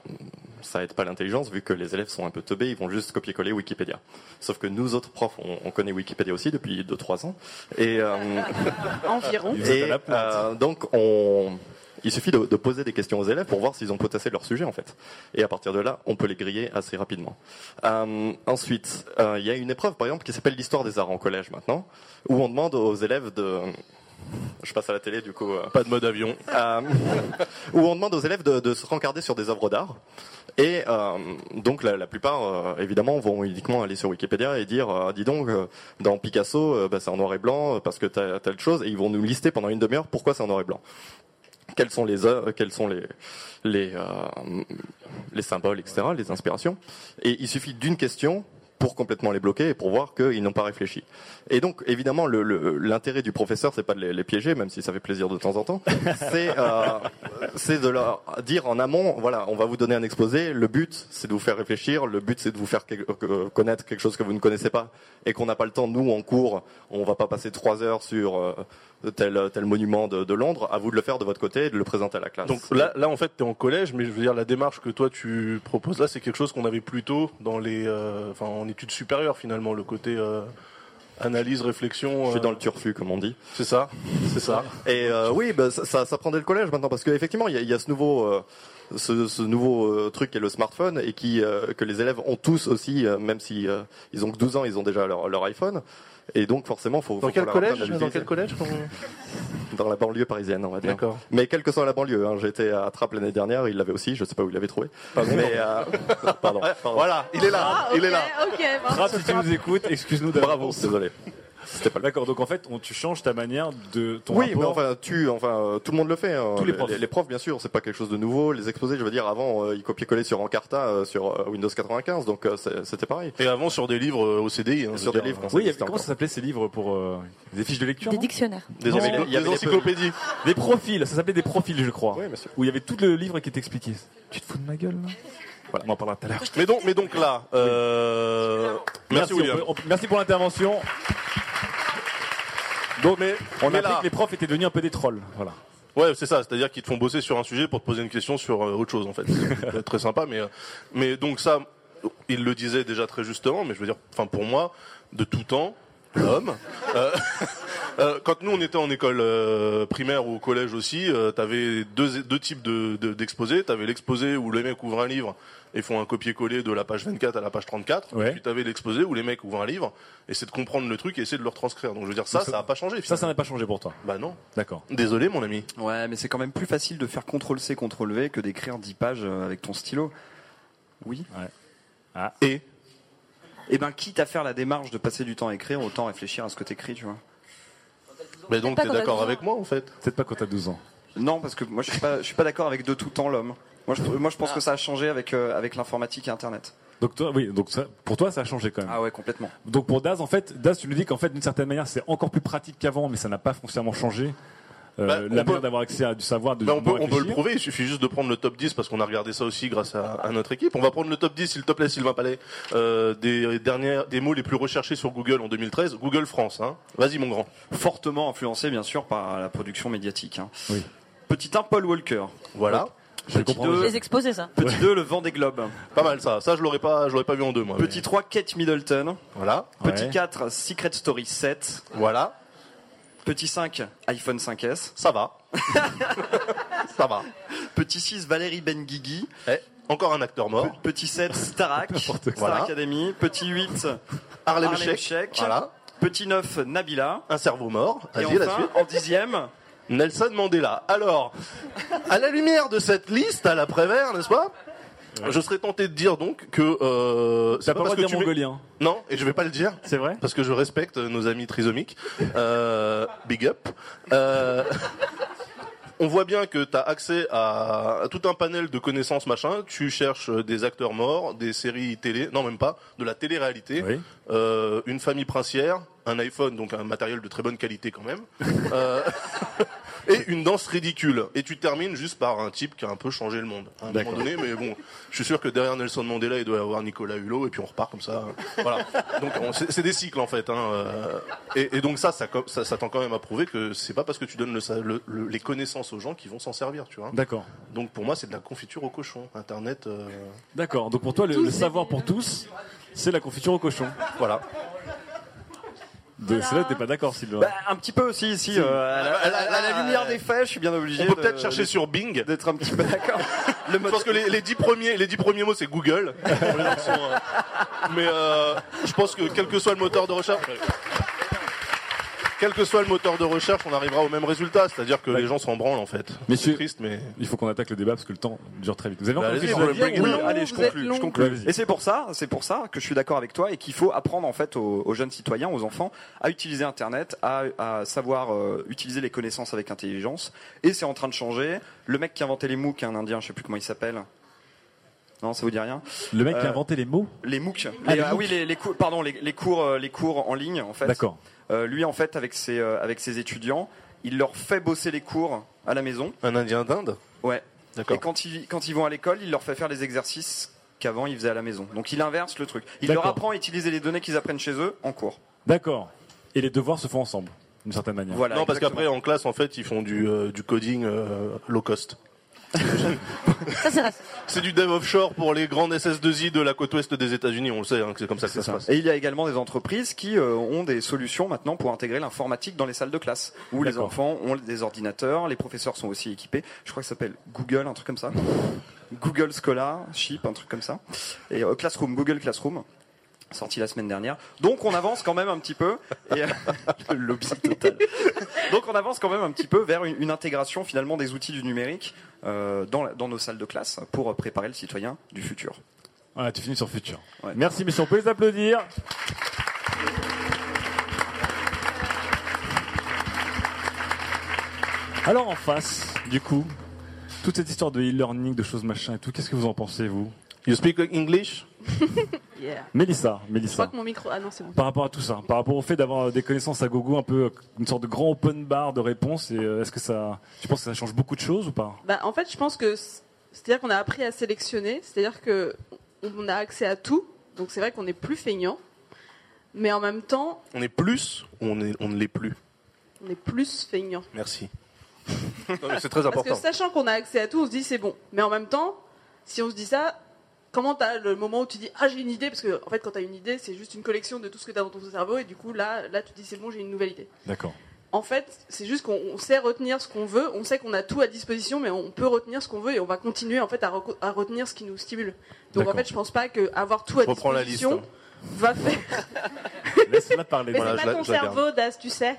Speaker 15: ça aide pas l'intelligence, vu que les élèves sont un peu teubés, ils vont juste copier-coller Wikipédia. Sauf que nous autres profs, on, on connaît Wikipédia aussi depuis 2-3 ans. Et, euh,
Speaker 6: Environ.
Speaker 15: Et, euh, donc, on... il suffit de, de poser des questions aux élèves pour voir s'ils ont potassé leur sujet, en fait. Et à partir de là, on peut les griller assez rapidement. Euh, ensuite, euh, il y a une épreuve, par exemple, qui s'appelle l'histoire des arts en collège maintenant, où on demande aux élèves de. Je passe à la télé, du coup. euh.
Speaker 1: Pas de mode avion.
Speaker 15: où on demande aux élèves de, de se rencarder sur des œuvres d'art. Et euh, donc la, la plupart, euh, évidemment, vont uniquement aller sur Wikipédia et dire, euh, dis donc, euh, dans Picasso, euh, bah, c'est en noir et blanc euh, parce que t'as telle chose, et ils vont nous lister pendant une demi-heure pourquoi c'est en noir et blanc. Quels sont les œuvres, quels sont les les, euh, les symboles, etc., les inspirations. Et il suffit d'une question pour complètement les bloquer et pour voir qu'ils n'ont pas réfléchi. Et donc, évidemment, le- le- l'intérêt du professeur, c'est pas de les, les piéger, même si ça fait plaisir de temps en temps, c'est euh, c'est de leur dire en amont, voilà, on va vous donner un exposé, le but, c'est de vous faire réfléchir, le but, c'est de vous faire quel- euh, connaître quelque chose que vous ne connaissez pas et qu'on n'a pas le temps, nous, en cours, on va pas passer trois heures sur euh, tel, tel monument de, de Londres, à vous de le faire de votre côté et de le présenter à la classe.
Speaker 1: Donc là, là en fait, tu es en collège, mais je veux dire, la démarche que toi tu proposes là, c'est quelque chose qu'on avait plutôt dans les, euh, enfin, en études supérieures finalement, le côté euh, analyse, réflexion.
Speaker 15: Je suis
Speaker 1: euh,
Speaker 15: dans le turfu, comme on dit.
Speaker 1: C'est ça, c'est ça.
Speaker 15: Et euh, oui, bah, ça, ça, ça prend dès le collège maintenant parce qu'effectivement, il y, a- il y a ce nouveau, euh, ce, ce nouveau euh, truc qui est le smartphone et qui euh, que les élèves ont tous aussi, euh, même si euh, ils ont que 12 ans, ils ont déjà leur, leur iPhone. Et donc forcément, faut. faut
Speaker 1: euh, Dans quel
Speaker 15: qu'on leur
Speaker 1: collège
Speaker 15: apprenne à
Speaker 1: Dans quel
Speaker 15: l'utiliser.
Speaker 1: collège
Speaker 15: Dans la banlieue parisienne, on va dire.
Speaker 1: D'accord.
Speaker 15: Mais quelle que soit la banlieue, hein, j'étais à Trappes l'année dernière, il l'avait aussi, je sais pas où il l'avait trouvé.
Speaker 1: Pardon.
Speaker 15: Mais euh, pardon, pardon.
Speaker 1: Voilà, il est là,
Speaker 9: Ah,
Speaker 1: il est
Speaker 9: ok,
Speaker 1: là.
Speaker 9: ok, bon.
Speaker 3: Rap, si tu nous écoutes, excuse-nous d'avoir. Bravo,
Speaker 15: désolé. C'était pas
Speaker 3: D'accord, donc en fait, on, tu changes ta manière de ton
Speaker 15: oui,
Speaker 3: rapport.
Speaker 15: mais enfin, tu, enfin, euh, tout le monde le fait. hein.
Speaker 3: Tous les profs.
Speaker 15: bien sûr, c'est pas quelque chose de nouveau. Les exposés, je veux dire, avant, euh, ils copiaient-collaient sur Encarta, euh, sur euh, Windows 95, donc euh, c'est- c'était pareil.
Speaker 1: Et avant sur des livres euh, au CDI. hein, je
Speaker 15: Sur
Speaker 1: veux
Speaker 15: des
Speaker 1: dire,
Speaker 15: livres,
Speaker 1: euh,
Speaker 3: Oui, il y avait- comment ça s'appelait ces livres pour euh, des fiches de lecture
Speaker 7: Des
Speaker 3: non
Speaker 7: dictionnaires.
Speaker 1: Des encyclo-
Speaker 3: Il y avait
Speaker 1: des encyclopédies.
Speaker 3: Des profils, ça s'appelait des profils, je crois. Où il y avait tout le livre qui était expliqué. Tu te fous de ma gueule là Voilà, on en parlera tout à l'heure.
Speaker 1: Mais donc, mais donc là, euh, merci,
Speaker 3: on
Speaker 1: William.
Speaker 3: peut- on peut- merci pour l'intervention. Donc, on
Speaker 1: mais
Speaker 3: a appris
Speaker 1: là-
Speaker 3: que les profs étaient devenus un peu des trolls. Voilà.
Speaker 1: Ouais, c'est ça. C'est-à-dire qu'ils te font bosser sur un sujet pour te poser une question sur euh, autre chose, en fait. Ça peut être très sympa, mais euh, mais donc ça, il le disait déjà très justement. Mais je veux dire, enfin pour moi, de tout temps, l'homme. euh, euh, quand nous on était en école euh, primaire ou au collège aussi, euh, t'avais deux deux types de de- d'exposés. t'avais l'exposé où les mecs ouvrent un livre et font un copier-coller de la page 24 à la page 34.
Speaker 3: Ouais.
Speaker 1: Puis t'avais l'exposé où les mecs ouvrent un livre et c'est de comprendre le truc et essayer de le retranscrire. Donc je veux dire ça,
Speaker 3: Donc,
Speaker 1: ça a pas changé.
Speaker 3: Ça, ça n'a pas changé pour toi.
Speaker 1: Bah non.
Speaker 3: D'accord.
Speaker 1: Désolé, mon ami.
Speaker 12: Ouais, mais c'est quand même plus facile de faire CTRL-C, CTRL-V que d'écrire 10 pages euh, avec ton stylo. Oui.
Speaker 3: Ah.
Speaker 1: Et
Speaker 12: Eh ben, quitte à faire la démarche de passer du temps à écrire, autant réfléchir à ce que t'écris, tu vois.
Speaker 1: Mais donc, Peut-être pas t'es quand d'accord t'as 12 avec moi, en fait
Speaker 3: Peut-être pas quand t'as 12 ans.
Speaker 12: Non, parce que moi, je suis pas, je suis pas d'accord avec de tout temps l'homme. Moi, je, moi, je
Speaker 1: Ah.
Speaker 12: pense que ça a changé avec, euh, avec l'informatique et Internet.
Speaker 3: Donc toi, oui, donc ça, pour toi, ça a changé quand même.
Speaker 12: Ah ouais, complètement.
Speaker 3: Donc pour Daz, en fait, Daz, tu nous dis qu'en fait, d'une certaine manière, c'est encore plus pratique qu'avant, mais ça n'a pas foncièrement changé. Euh,
Speaker 1: Bah,
Speaker 3: la
Speaker 1: on
Speaker 3: manière
Speaker 1: peut-
Speaker 3: d'avoir accès à du savoir, de
Speaker 1: Ben, on, peut,
Speaker 3: moins
Speaker 1: on peut le
Speaker 3: réfléchir.
Speaker 1: prouver, il suffit juste de prendre le top 10 parce qu'on a regardé ça aussi grâce à, à notre équipe. On va prendre le top 10, s'il te plaît, Sylvain Palais, euh, des, dernières, des mots les plus recherchés sur Google en 2013. Google France, hein. Vas-y, mon grand.
Speaker 12: Fortement influencé, bien sûr, par Ah, la production médiatique. hein. Petit 1, Paul Walker.
Speaker 1: Voilà.
Speaker 12: Petit 2,
Speaker 7: Les exposés, ça.
Speaker 12: petit 2 le Vendée Globe.
Speaker 1: Pas mal ça, ça je l'aurais pas, je l'aurais pas vu en deux moi.
Speaker 12: Petit 3, Kate Middleton.
Speaker 1: Voilà.
Speaker 12: Petit
Speaker 1: Ouais.
Speaker 12: 4, Secret Story 7.
Speaker 1: Voilà.
Speaker 12: Petit 5, iPhone 5S.
Speaker 1: Ça va. ça va. Eh,
Speaker 12: Petit 6, Valérie Benguigui.
Speaker 1: encore un acteur mort.
Speaker 12: petit 7, Starak. Star
Speaker 1: Voilà.
Speaker 12: Academy. Petit 8,
Speaker 1: Harlem Shake. Voilà.
Speaker 12: Petit 9, Nabila.
Speaker 1: Un cerveau mort.
Speaker 12: Et
Speaker 1: Vas-y, la
Speaker 12: enfin,
Speaker 1: suite.
Speaker 12: en dixième,
Speaker 1: Nelson Mandela. Alors, à la lumière de cette liste à la Prévert, n'est-ce pas Je serais tenté de dire donc que euh, c'est
Speaker 3: T'as pas le droit de
Speaker 1: parce que
Speaker 3: dire
Speaker 1: tu mets-
Speaker 3: mongolien.
Speaker 1: Non, et je vais pas le dire.
Speaker 3: C'est vrai
Speaker 1: Parce que je respecte nos amis trisomiques. Euh, big up. Euh, on voit bien que tu as accès à, à tout un panel de connaissances, machin. Tu cherches euh, des acteurs morts, des séries télé, non même pas, de la télé-réalité, euh, une famille princière, un iPhone, donc un matériel de très bonne qualité quand même, euh, et une danse ridicule. Et tu termines juste par un type qui a un peu changé le monde. À un moment
Speaker 3: D'accord.
Speaker 1: donné, mais bon, je suis sûr que derrière Nelson Mandela, il doit y avoir Nicolas Hulot, et puis on repart comme ça. hein. Voilà. Donc on- c'est c'est des cycles en fait. hein, euh, Et, et donc ça, ça, co- ça, ça tend quand même à prouver que c'est pas parce que tu donnes le sa- le- le- les connaissances aux gens qui vont s'en servir, tu vois.
Speaker 3: D'accord.
Speaker 1: Donc pour moi, c'est de la confiture au cochon. Internet. euh,
Speaker 3: D'accord. Donc pour toi, le, le savoir pour tous, c'est la confiture au cochon.
Speaker 1: Voilà.
Speaker 3: De cela, t'es pas d'accord, Sylvain
Speaker 12: Bah, un petit peu aussi ici, euh,
Speaker 1: Ah
Speaker 12: à, la, à la- à la lumière des faits, je suis bien obligé.
Speaker 1: bah, On peut
Speaker 12: de-
Speaker 1: peut-être chercher
Speaker 12: de-
Speaker 1: sur Bing.
Speaker 12: D'être un petit peu d'accord.
Speaker 1: Je pense que les, les dix premiers, les dix premiers mots, c'est Google. Les gens sont, euh, Mais euh, je pense que quel que soit le moteur de recherche. Quel que soit le moteur de recherche, on arrivera au même résultat, c'est-à-dire que les gens s'en branlent en fait.
Speaker 3: Messieurs,
Speaker 1: triste, mais...
Speaker 3: il faut qu'on attaque le débat parce que le temps dure très vite. Vous avez
Speaker 1: Bah,
Speaker 3: encore
Speaker 1: allez-y,
Speaker 3: quelque
Speaker 1: on
Speaker 3: chose à
Speaker 1: va
Speaker 3: dire
Speaker 1: break it
Speaker 3: ou-
Speaker 1: down. Oui, allez, je
Speaker 12: Vous êtes
Speaker 1: conclue,
Speaker 12: long,
Speaker 1: je
Speaker 12: vous
Speaker 1: conclue.
Speaker 12: êtes long. Et c'est pour ça, c'est pour ça que je suis d'accord avec toi et qu'il faut apprendre en fait aux, aux jeunes citoyens, aux enfants, à utiliser Internet, à, à savoir euh, utiliser les connaissances avec intelligence. Et c'est en train de changer. Le mec qui a inventé les MOOC, un Indien, je sais plus comment il s'appelle. Non, ça vous dit rien.
Speaker 3: Le mec qui a
Speaker 12: Euh,
Speaker 3: inventé les mots
Speaker 12: les MOOC.
Speaker 3: Ah,
Speaker 12: Les-
Speaker 3: les
Speaker 12: ah oui, les, les cours, pardon, les, les cours, euh, les cours en ligne en fait.
Speaker 3: D'accord.
Speaker 12: Euh, lui en fait avec ses euh, avec ses étudiants, il leur fait bosser les cours à la maison.
Speaker 1: Un Indien d'Inde.
Speaker 12: Ouais.
Speaker 1: D'accord.
Speaker 12: Et quand ils quand ils vont à l'école, il leur fait faire les exercices qu'avant ils faisaient à la maison. Donc il inverse le truc. Il leur
Speaker 16: D'accord.
Speaker 12: apprend à utiliser les données qu'ils apprennent chez eux en cours.
Speaker 16: D'accord. Et les devoirs se font ensemble, d'une certaine manière.
Speaker 12: Voilà,
Speaker 1: non, parce
Speaker 12: exactement.
Speaker 1: qu'après, en classe, en fait, ils font du, euh, du coding euh, low cost. c'est du dev offshore pour les grandes SS2I de la côte ouest des États-Unis, on le sait, hein, que c'est comme ça que ça, se passe.
Speaker 12: Et il y a également des entreprises qui euh, ont des solutions maintenant pour intégrer l'informatique dans les salles de classe, où les
Speaker 1: D'accord.
Speaker 12: enfants ont des ordinateurs, les professeurs sont aussi équipés. Je crois que ça s'appelle Google, un truc comme ça. Google Scholar, Chip, un truc comme ça. Et euh, Classroom, Google Classroom, sorti la semaine dernière. Donc on avance quand même un petit peu. Et, le lobby total. Donc on avance quand même un petit peu vers une, une intégration finalement des outils du numérique euh, dans, la- dans nos salles de classe pour préparer le citoyen du futur.
Speaker 3: Voilà, tu finis sur futur.
Speaker 12: Merci,
Speaker 3: messieurs, on peut les applaudir. Alors en face, du coup, toute cette histoire de e-learning, de choses machin et tout, qu'est-ce que vous en pensez vous
Speaker 1: You speak English
Speaker 6: Yeah.
Speaker 3: Mélissa,
Speaker 6: Je crois
Speaker 3: Mélissa.
Speaker 6: que mon micro. Ah non, c'est bon.
Speaker 3: Par rapport à tout ça, par rapport au fait d'avoir des connaissances à gogo, un peu euh, une sorte de grand open bar de réponses, et euh, est-ce que ça, tu penses que ça change beaucoup de choses ou pas
Speaker 6: Bah, en fait, je pense que c- c'est-à-dire qu'on a appris à sélectionner, c'est-à-dire que on a accès à tout. Donc c'est vrai qu'on est plus feignant, mais en même temps,
Speaker 1: On est plus ou on, est, on ne l'est plus
Speaker 6: on est plus feignant.
Speaker 1: Merci. Non, mais c'est très important.
Speaker 6: Parce que sachant qu'on a accès à tout, on se dit c'est bon. Mais en même temps, si on se dit ça, comment t'as le moment où tu dis ah j'ai une idée parce que en fait quand t'as une idée c'est juste une collection de tout ce que t'as dans ton cerveau et du coup là là tu te dis c'est bon j'ai une nouvelle idée.
Speaker 3: D'accord.
Speaker 6: En fait c'est juste qu'on on sait retenir ce qu'on veut, on sait qu'on a tout à disposition mais on peut retenir ce qu'on veut et on va continuer en fait à, reco- à retenir ce qui nous stimule. Donc en
Speaker 1: D'accord.
Speaker 6: fait je pense pas que avoir tout à
Speaker 1: Je reprends la
Speaker 6: disposition
Speaker 1: liste,
Speaker 3: hein.
Speaker 6: va faire.
Speaker 3: Laisse-la parler.
Speaker 6: Mais c'est pas ton cerveau Das tu sais.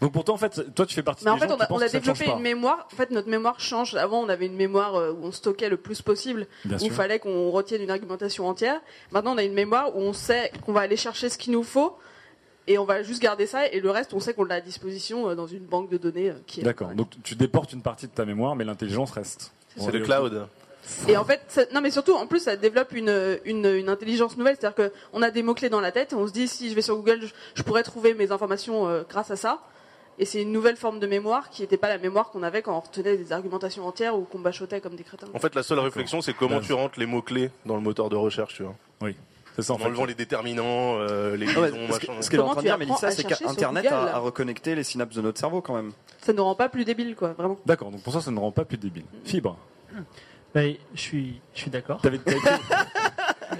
Speaker 3: Donc pour toi, en fait, toi tu fais partie
Speaker 6: Mais en
Speaker 3: des
Speaker 6: fait,
Speaker 3: gens
Speaker 6: on
Speaker 3: qui
Speaker 6: a,
Speaker 3: pensent
Speaker 6: on a
Speaker 3: que ça ne change
Speaker 6: développé
Speaker 3: pas.
Speaker 6: une mémoire. En fait, notre mémoire change. Avant, on avait une mémoire euh, où on stockait le plus possible,
Speaker 3: Bien
Speaker 6: où il
Speaker 3: sûr.
Speaker 6: fallait qu'on retienne une argumentation entière. Maintenant, on a une mémoire où on sait qu'on va aller chercher ce qu'il nous faut et on va juste garder ça. Et le reste, on sait qu'on l'a à disposition euh, dans une banque de données euh, qui est.
Speaker 3: D'accord. Donc tu déportes une partie de ta mémoire, mais l'intelligence reste.
Speaker 6: C'est le
Speaker 1: cloud.
Speaker 6: Et en fait, ça- non, mais surtout, en plus, ça développe une, une, une intelligence nouvelle. C'est-à-dire qu'on a des mots-clés dans la tête et on se dit, si je vais sur Google, je, je pourrais trouver mes informations euh, grâce à ça. Et c'est une nouvelle forme de mémoire qui n'était pas la mémoire qu'on avait quand on retenait des argumentations entières ou qu'on bachotait comme des crétins.
Speaker 1: En fait, la seule réflexion, c'est comment tu rentres les mots-clés dans le moteur de recherche, tu vois.
Speaker 3: Oui. C'est ça, en
Speaker 1: en
Speaker 3: fait.
Speaker 1: enlevant les déterminants, euh, les
Speaker 12: Ah ouais,
Speaker 1: liaisons,
Speaker 12: parce que-
Speaker 1: machin.
Speaker 12: ce qu'elle est en
Speaker 6: Comment
Speaker 12: train
Speaker 6: tu
Speaker 12: de dire,
Speaker 6: apprends à
Speaker 12: Mélissa, c'est
Speaker 6: chercher sur
Speaker 12: qu'Internet
Speaker 6: Google,
Speaker 12: a,
Speaker 6: là
Speaker 12: a reconnecté les synapses de notre cerveau quand même.
Speaker 6: Ça ne nous rend pas plus débiles, quoi, vraiment.
Speaker 3: D'accord. Donc pour ça, ça ne rend pas plus débile. Fibre.
Speaker 4: Mm. Ben, je suis, je suis d'accord.
Speaker 3: T'avais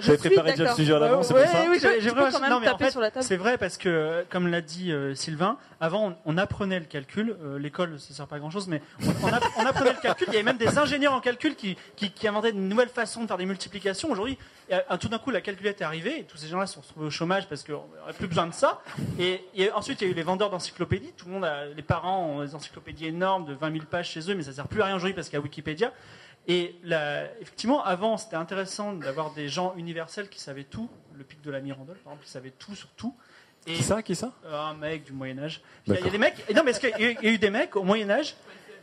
Speaker 4: J'avais
Speaker 3: préparé déjà le sujet à l'avance, c'est pour ça
Speaker 6: oui,
Speaker 4: J'ai-
Speaker 6: tu
Speaker 4: j'ai
Speaker 6: peux
Speaker 4: vraiment-
Speaker 6: quand même
Speaker 4: non, mais en
Speaker 6: taper
Speaker 4: fait,
Speaker 6: sur la table.
Speaker 4: C'est vrai parce que, euh, comme l'a dit euh, Sylvain, avant on, on apprenait le calcul. Euh, L'école, ça sert pas à grand chose, mais on, on app- on apprenait le calcul. Il y avait même des ingénieurs en calcul qui, qui, qui inventaient une nouvelle façon de faire des multiplications. Aujourd'hui, euh, tout d'un coup, la calculette est arrivée et tous ces gens-là se sont retrouvés au chômage parce qu'on n'aurait plus besoin de ça. Et, il y a- ensuite, il y a eu les vendeurs d'encyclopédies. Tout le monde, a- les parents ont des encyclopédies énormes de 20 000 pages chez eux, mais ça sert plus à rien aujourd'hui parce qu'il y a Wikipédia. Et là, effectivement, avant, c'était intéressant d'avoir des gens universels qui savaient tout. Le pic de la Mirandole, par exemple, qui savait tout sur tout. Et Euh,
Speaker 3: Qui ça Qui ça
Speaker 4: Un mec du Moyen Âge. Il y, a- il y a
Speaker 3: D'accord.
Speaker 4: des mecs. et Non, mais est-ce qu'il y a eu- il y a eu des mecs au Moyen Âge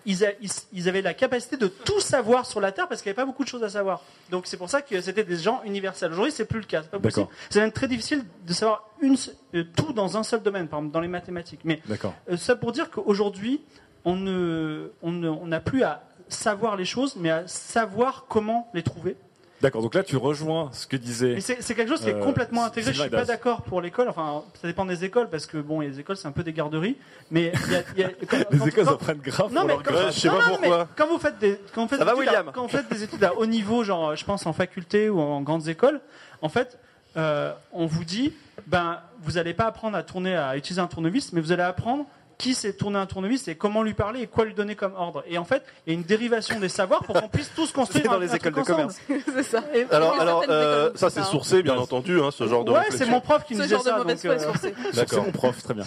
Speaker 4: ils, a- ils- ils avaient la capacité de tout savoir sur la Terre parce qu'il n'y avait pas beaucoup de choses à savoir. Donc c'est pour ça que c'était des gens universels. Aujourd'hui, c'est plus le cas. C'est pas possible.
Speaker 3: D'accord.
Speaker 4: C'est même très difficile de savoir une se- euh, tout dans un seul domaine, par exemple dans les mathématiques. Mais
Speaker 3: D'accord.
Speaker 4: euh, ça pour dire qu'aujourd'hui, on ne, on ne- on n'a plus à savoir les choses, mais à savoir comment les trouver.
Speaker 3: D'accord. Donc là, tu rejoins ce que disait.
Speaker 4: Mais c'est c'est quelque chose qui est
Speaker 3: euh,
Speaker 4: complètement intégré. Je
Speaker 3: Sylvain
Speaker 4: suis pas
Speaker 3: Daz.
Speaker 4: d'accord pour l'école. Enfin, ça dépend des écoles parce que bon, il y a des écoles, c'est un peu des garderies. Mais il y a- il y a- quand-
Speaker 3: Les
Speaker 4: quand-
Speaker 3: écoles
Speaker 4: quand-
Speaker 3: en prennent grave
Speaker 4: non,
Speaker 3: pour
Speaker 4: mais
Speaker 3: leur
Speaker 4: quand,
Speaker 3: grade.
Speaker 4: non, non, mais quand vous faites des, quand vous faites
Speaker 3: Ça va,
Speaker 4: des études,
Speaker 3: William
Speaker 4: à, quand vous faites des études à haut niveau, genre je pense en faculté ou en grandes écoles, en fait, euh, on vous dit, ben vous n'allez pas apprendre à tourner, à utiliser un tournevis, mais vous allez apprendre qui sait tourner un tournevis et comment lui parler et quoi lui donner comme ordre. Et en fait, il y a une dérivation des savoirs pour qu'on puisse tous construire
Speaker 12: dans
Speaker 4: un-
Speaker 12: les
Speaker 4: un
Speaker 12: écoles
Speaker 4: truc
Speaker 12: de
Speaker 4: ensemble.
Speaker 6: c'est ça.
Speaker 1: Alors, alors euh, ça, c'est sourcé, bien entendu, hein, ce genre de
Speaker 4: Ouais,
Speaker 1: réflexion.
Speaker 4: c'est mon prof qui
Speaker 6: Ce
Speaker 4: me disait
Speaker 6: genre de
Speaker 4: ça.
Speaker 6: mauvaise
Speaker 4: donc, euh,
Speaker 6: foi est sourcée.
Speaker 3: D'accord. Mon prof, très bien.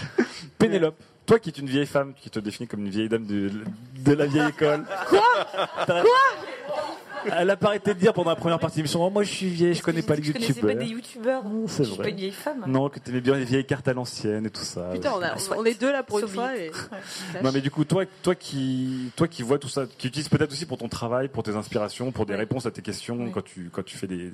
Speaker 3: Pénélope, toi qui es une vieille femme, qui te définis comme une vieille dame de, de la vieille école.
Speaker 6: Quoi
Speaker 3: T'as-
Speaker 6: Quoi
Speaker 3: Elle a pas arrêté de dire pendant la première partie de l'émission, Oh, moi je suis vieille, je connais pas les
Speaker 7: Je connaissais
Speaker 3: youtubeurs.
Speaker 7: pas des youtubeurs.
Speaker 3: C'est
Speaker 7: Je suis
Speaker 3: vrai.
Speaker 7: pas une vieille femme.
Speaker 3: Non, que t'aimais bien les vieilles cartes à l'ancienne et tout ça.
Speaker 6: Putain, on, a- on est deux là pour une fois. Et...
Speaker 3: Non mais du coup toi toi qui toi qui vois tout ça qui utilise peut-être aussi pour ton travail pour tes inspirations pour des réponses à tes questions quand tu quand tu fais des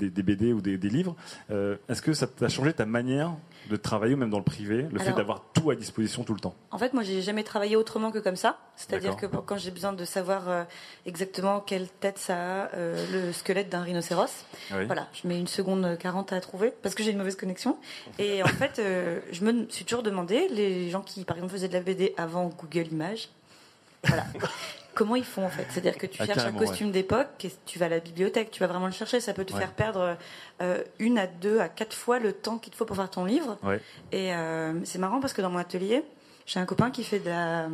Speaker 3: des, des BD ou des, des livres euh, est-ce que ça t'a changé ta manière de travailler ou même dans le privé le fait
Speaker 7: Alors-
Speaker 3: d'avoir tout à disposition tout le temps
Speaker 7: En fait, moi, j'ai jamais travaillé autrement que comme ça. C'est-à-dire
Speaker 3: D'accord.
Speaker 7: que pour- quand j'ai besoin de savoir euh, exactement quelle tête ça a, euh, le squelette d'un rhinocéros,
Speaker 17: Ah
Speaker 3: Oui.
Speaker 7: voilà, je mets une seconde 40 à trouver parce que j'ai une mauvaise connexion. Et en fait, euh, je me suis toujours demandé, les gens qui, par exemple, faisaient de la BD avant Google Images, comment ils font en fait C'est-à-dire que tu
Speaker 17: Ah,
Speaker 7: cherches un
Speaker 17: carrément, ouais.
Speaker 7: costume d'époque, et tu vas à la bibliothèque, tu vas vraiment le chercher, ça peut te
Speaker 17: Ouais.
Speaker 7: faire perdre euh, une à deux à quatre fois le temps qu'il te faut pour faire ton livre.
Speaker 17: Ouais.
Speaker 7: Et euh, c'est marrant parce que dans mon atelier, j'ai un copain qui fait de la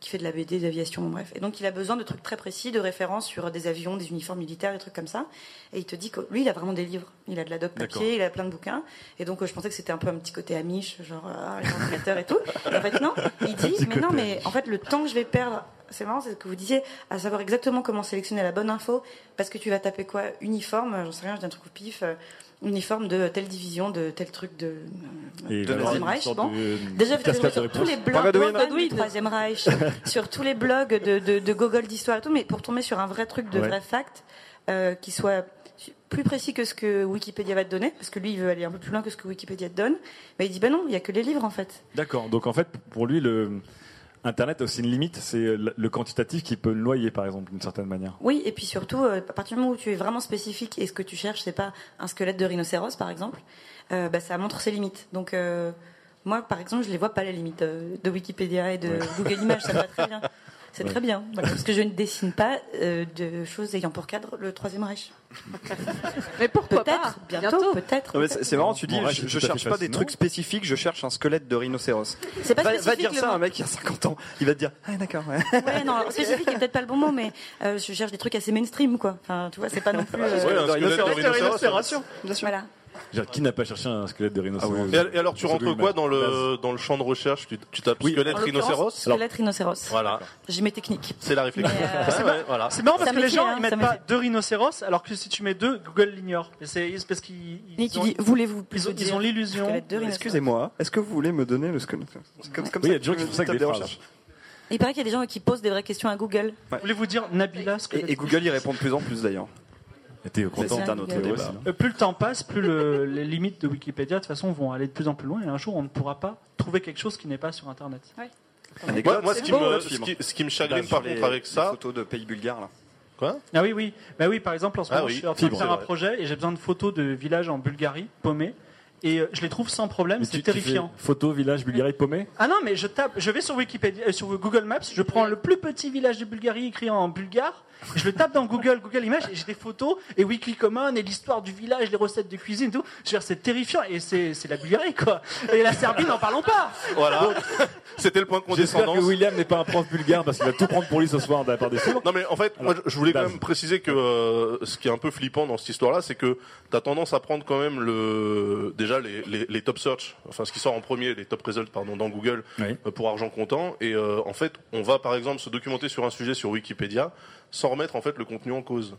Speaker 7: qui fait de la BD, d'aviation, bref. Et donc il a besoin de trucs très précis, de références sur des avions, des uniformes militaires, des trucs comme ça. Et il te dit que lui, il a vraiment des livres. Il a de la doc
Speaker 17: D'accord.
Speaker 7: papier, il a plein de bouquins. Et donc euh, je pensais que c'était un peu un petit côté amiche, genre euh, ah, les ordinateurs et tout. Et en fait non, il dit
Speaker 17: Petit
Speaker 7: mais non,
Speaker 17: côté
Speaker 7: mais en fait, le temps que je vais perdre, c'est marrant, c'est ce que vous disiez, à savoir exactement comment sélectionner la bonne info, parce que tu vas taper quoi Uniforme, euh, j'en sais rien, je dis un truc au pif, euh, uniforme de telle division, de tel truc de. euh,
Speaker 17: Et
Speaker 7: du
Speaker 17: vas-y,
Speaker 7: Troisième
Speaker 17: une
Speaker 7: Reich,
Speaker 17: sorte
Speaker 7: bon.
Speaker 17: de-
Speaker 7: Déjà, vous
Speaker 17: casse-tête
Speaker 7: trouverez
Speaker 17: de
Speaker 7: sur tous
Speaker 17: réponse.
Speaker 7: les blogs
Speaker 17: Bagadouin.
Speaker 7: Orban du Troisième Reich, sur tous les blogs de, de, de Gogol d'histoire et tout, mais pour tomber sur un vrai truc de
Speaker 17: Ouais.
Speaker 7: vrai fact, euh, qui soit plus précis que ce que Wikipédia va te donner, parce que lui, il veut aller un peu plus loin que ce que Wikipédia te donne, mais il dit, bah non, il n'y a que les livres en fait.
Speaker 3: D'accord. Donc en fait, pour lui, le Internet a aussi une limite. C'est le quantitatif qui peut le noyer, par exemple, d'une certaine manière.
Speaker 7: Oui, et puis surtout, euh, à partir du moment où tu es vraiment spécifique et ce que tu cherches, c'est pas un squelette de rhinocéros, par exemple, euh, bah, ça montre ses limites. Donc, euh, moi, par exemple, je les vois pas les limites euh, de Wikipédia et de
Speaker 17: Ouais.
Speaker 7: Google Images, ça me va très bien. C'est
Speaker 17: Ouais.
Speaker 7: très bien, voilà, parce que je ne dessine pas euh, de choses ayant pour cadre le Troisième Reich. Mais pourquoi pas Bientôt, peut-être.
Speaker 12: Non, mais Ah c'est c'est marrant, tu dis,
Speaker 7: Mon rêve,
Speaker 12: je,
Speaker 7: c'est
Speaker 12: je
Speaker 7: tout à fait
Speaker 12: cherche pas des
Speaker 7: fascinant.
Speaker 12: trucs spécifiques, je cherche un squelette de rhinocéros.
Speaker 7: C'est pas
Speaker 12: va, va
Speaker 7: spécifique,
Speaker 12: dire
Speaker 7: le
Speaker 12: ça à
Speaker 7: mot.
Speaker 12: un mec qui a 50 ans, il va te dire, ah d'accord. ouais.
Speaker 7: Ouais, non, alors, spécifique est peut-être pas le bon mot, mais euh, je cherche des trucs assez mainstream, quoi. Enfin, tu vois, c'est pas non plus. euh,
Speaker 12: Ouais, Ah, un squelette de rhinocéros, hein.
Speaker 7: Voilà.
Speaker 3: Genre, qui n'a pas cherché un squelette de rhinocéros
Speaker 1: Ah Et, al- et alors, tu
Speaker 3: Ça doit
Speaker 1: rentres
Speaker 3: lui
Speaker 1: quoi
Speaker 3: mettre
Speaker 1: dans
Speaker 3: base.
Speaker 1: le, dans le champ de recherche tu, tu tapes squelette
Speaker 7: En l'occurrence,
Speaker 1: rhinocéros
Speaker 7: Squelette rhinocéros.
Speaker 1: Voilà,
Speaker 7: J'ai mes techniques.
Speaker 1: c'est la réflexion.
Speaker 7: Mais, euh,
Speaker 1: Ouais,
Speaker 7: c'est
Speaker 1: ouais,
Speaker 7: mar-
Speaker 1: voilà.
Speaker 4: C'est marrant parce
Speaker 7: Ça
Speaker 4: que les
Speaker 7: m'effraie,
Speaker 4: gens
Speaker 7: hein,
Speaker 4: ils
Speaker 7: ça
Speaker 4: mettent
Speaker 7: m'effraie.
Speaker 4: pas deux rhinocéros alors que si tu mets deux, Google l'ignore. Mais C'est c'est parce qu'ils
Speaker 7: Ni
Speaker 4: ils
Speaker 7: tu
Speaker 4: ont-
Speaker 7: dis, voulez-vous
Speaker 4: ils ont-
Speaker 7: plutôt
Speaker 4: ils ont
Speaker 7: dire
Speaker 4: l'illusion.
Speaker 7: squelette de rhinocéros
Speaker 12: Excusez-moi, est-ce que vous voulez me donner le squelette C'est comme, comme
Speaker 3: Oui, il y
Speaker 12: ça
Speaker 3: a des gens
Speaker 12: que
Speaker 3: qui
Speaker 12: je
Speaker 3: font ça avec
Speaker 12: tape
Speaker 3: des
Speaker 12: des
Speaker 3: phrases.
Speaker 12: recherches.
Speaker 7: Il paraît qu'il y a des gens qui posent des vraies questions à Google.
Speaker 4: Voulez-vous dire Nabila squelette
Speaker 12: Et, et Google y répond de plus en plus d'ailleurs.
Speaker 3: T'es
Speaker 12: content
Speaker 4: C'est
Speaker 12: d'un autre
Speaker 4: Google.
Speaker 12: débat.
Speaker 4: Euh, Plus le temps passe, plus le- les limites de Wikipédia de toute façon vont aller de plus en plus loin et un jour on ne pourra pas trouver quelque chose qui n'est pas sur Internet.
Speaker 1: Moi, moi, ce, qui me, ce, qui, ce qui me chagrine par contre avec ça.
Speaker 12: photos de pays bulgares là.
Speaker 1: Quoi
Speaker 4: Ah oui, oui. Bah oui, par exemple, en ce
Speaker 1: Ah
Speaker 4: moment,
Speaker 1: oui,
Speaker 4: je suis en train
Speaker 1: fibre,
Speaker 4: de faire
Speaker 1: c'est
Speaker 4: un
Speaker 1: vrai.
Speaker 4: projet et j'ai besoin de photos de villages en Bulgarie, paumés. Et euh, je les trouve sans problème,
Speaker 3: Mais
Speaker 4: c'est
Speaker 3: tu- tu fais
Speaker 4: terrifiant.
Speaker 3: Photo, village, Bulgarie, paumé.
Speaker 4: Ah non, mais je tape, je vais sur Wikipédia, euh, sur Google Maps, je prends le plus petit village de Bulgarie écrit en bulgare, je le tape dans Google, Google Images, et j'ai des photos, et Weekly Common, et l'histoire du village, les recettes de cuisine, et tout. Je veux dire, c'est terrifiant, et c'est c'est la Bulgarie, quoi. Et la Serbie, n'en parlons pas.
Speaker 1: Voilà. C'était le point de
Speaker 3: J'espère
Speaker 1: condescendance.
Speaker 3: que William n'est pas un prof bulgare parce qu'il va tout prendre pour lui ce soir de la part des films.
Speaker 1: Non mais en fait, moi je- je voulais quand même préciser que euh, ce qui est un peu flippant dans cette histoire-là, c'est que t'as tendance à prendre quand même le déjà les, les- les top search, enfin ce qui sort en premier, les top results pardon dans Google euh, pour argent comptant. Et euh, en fait, on va par exemple se documenter sur un sujet sur Wikipédia sans remettre en fait le contenu en cause.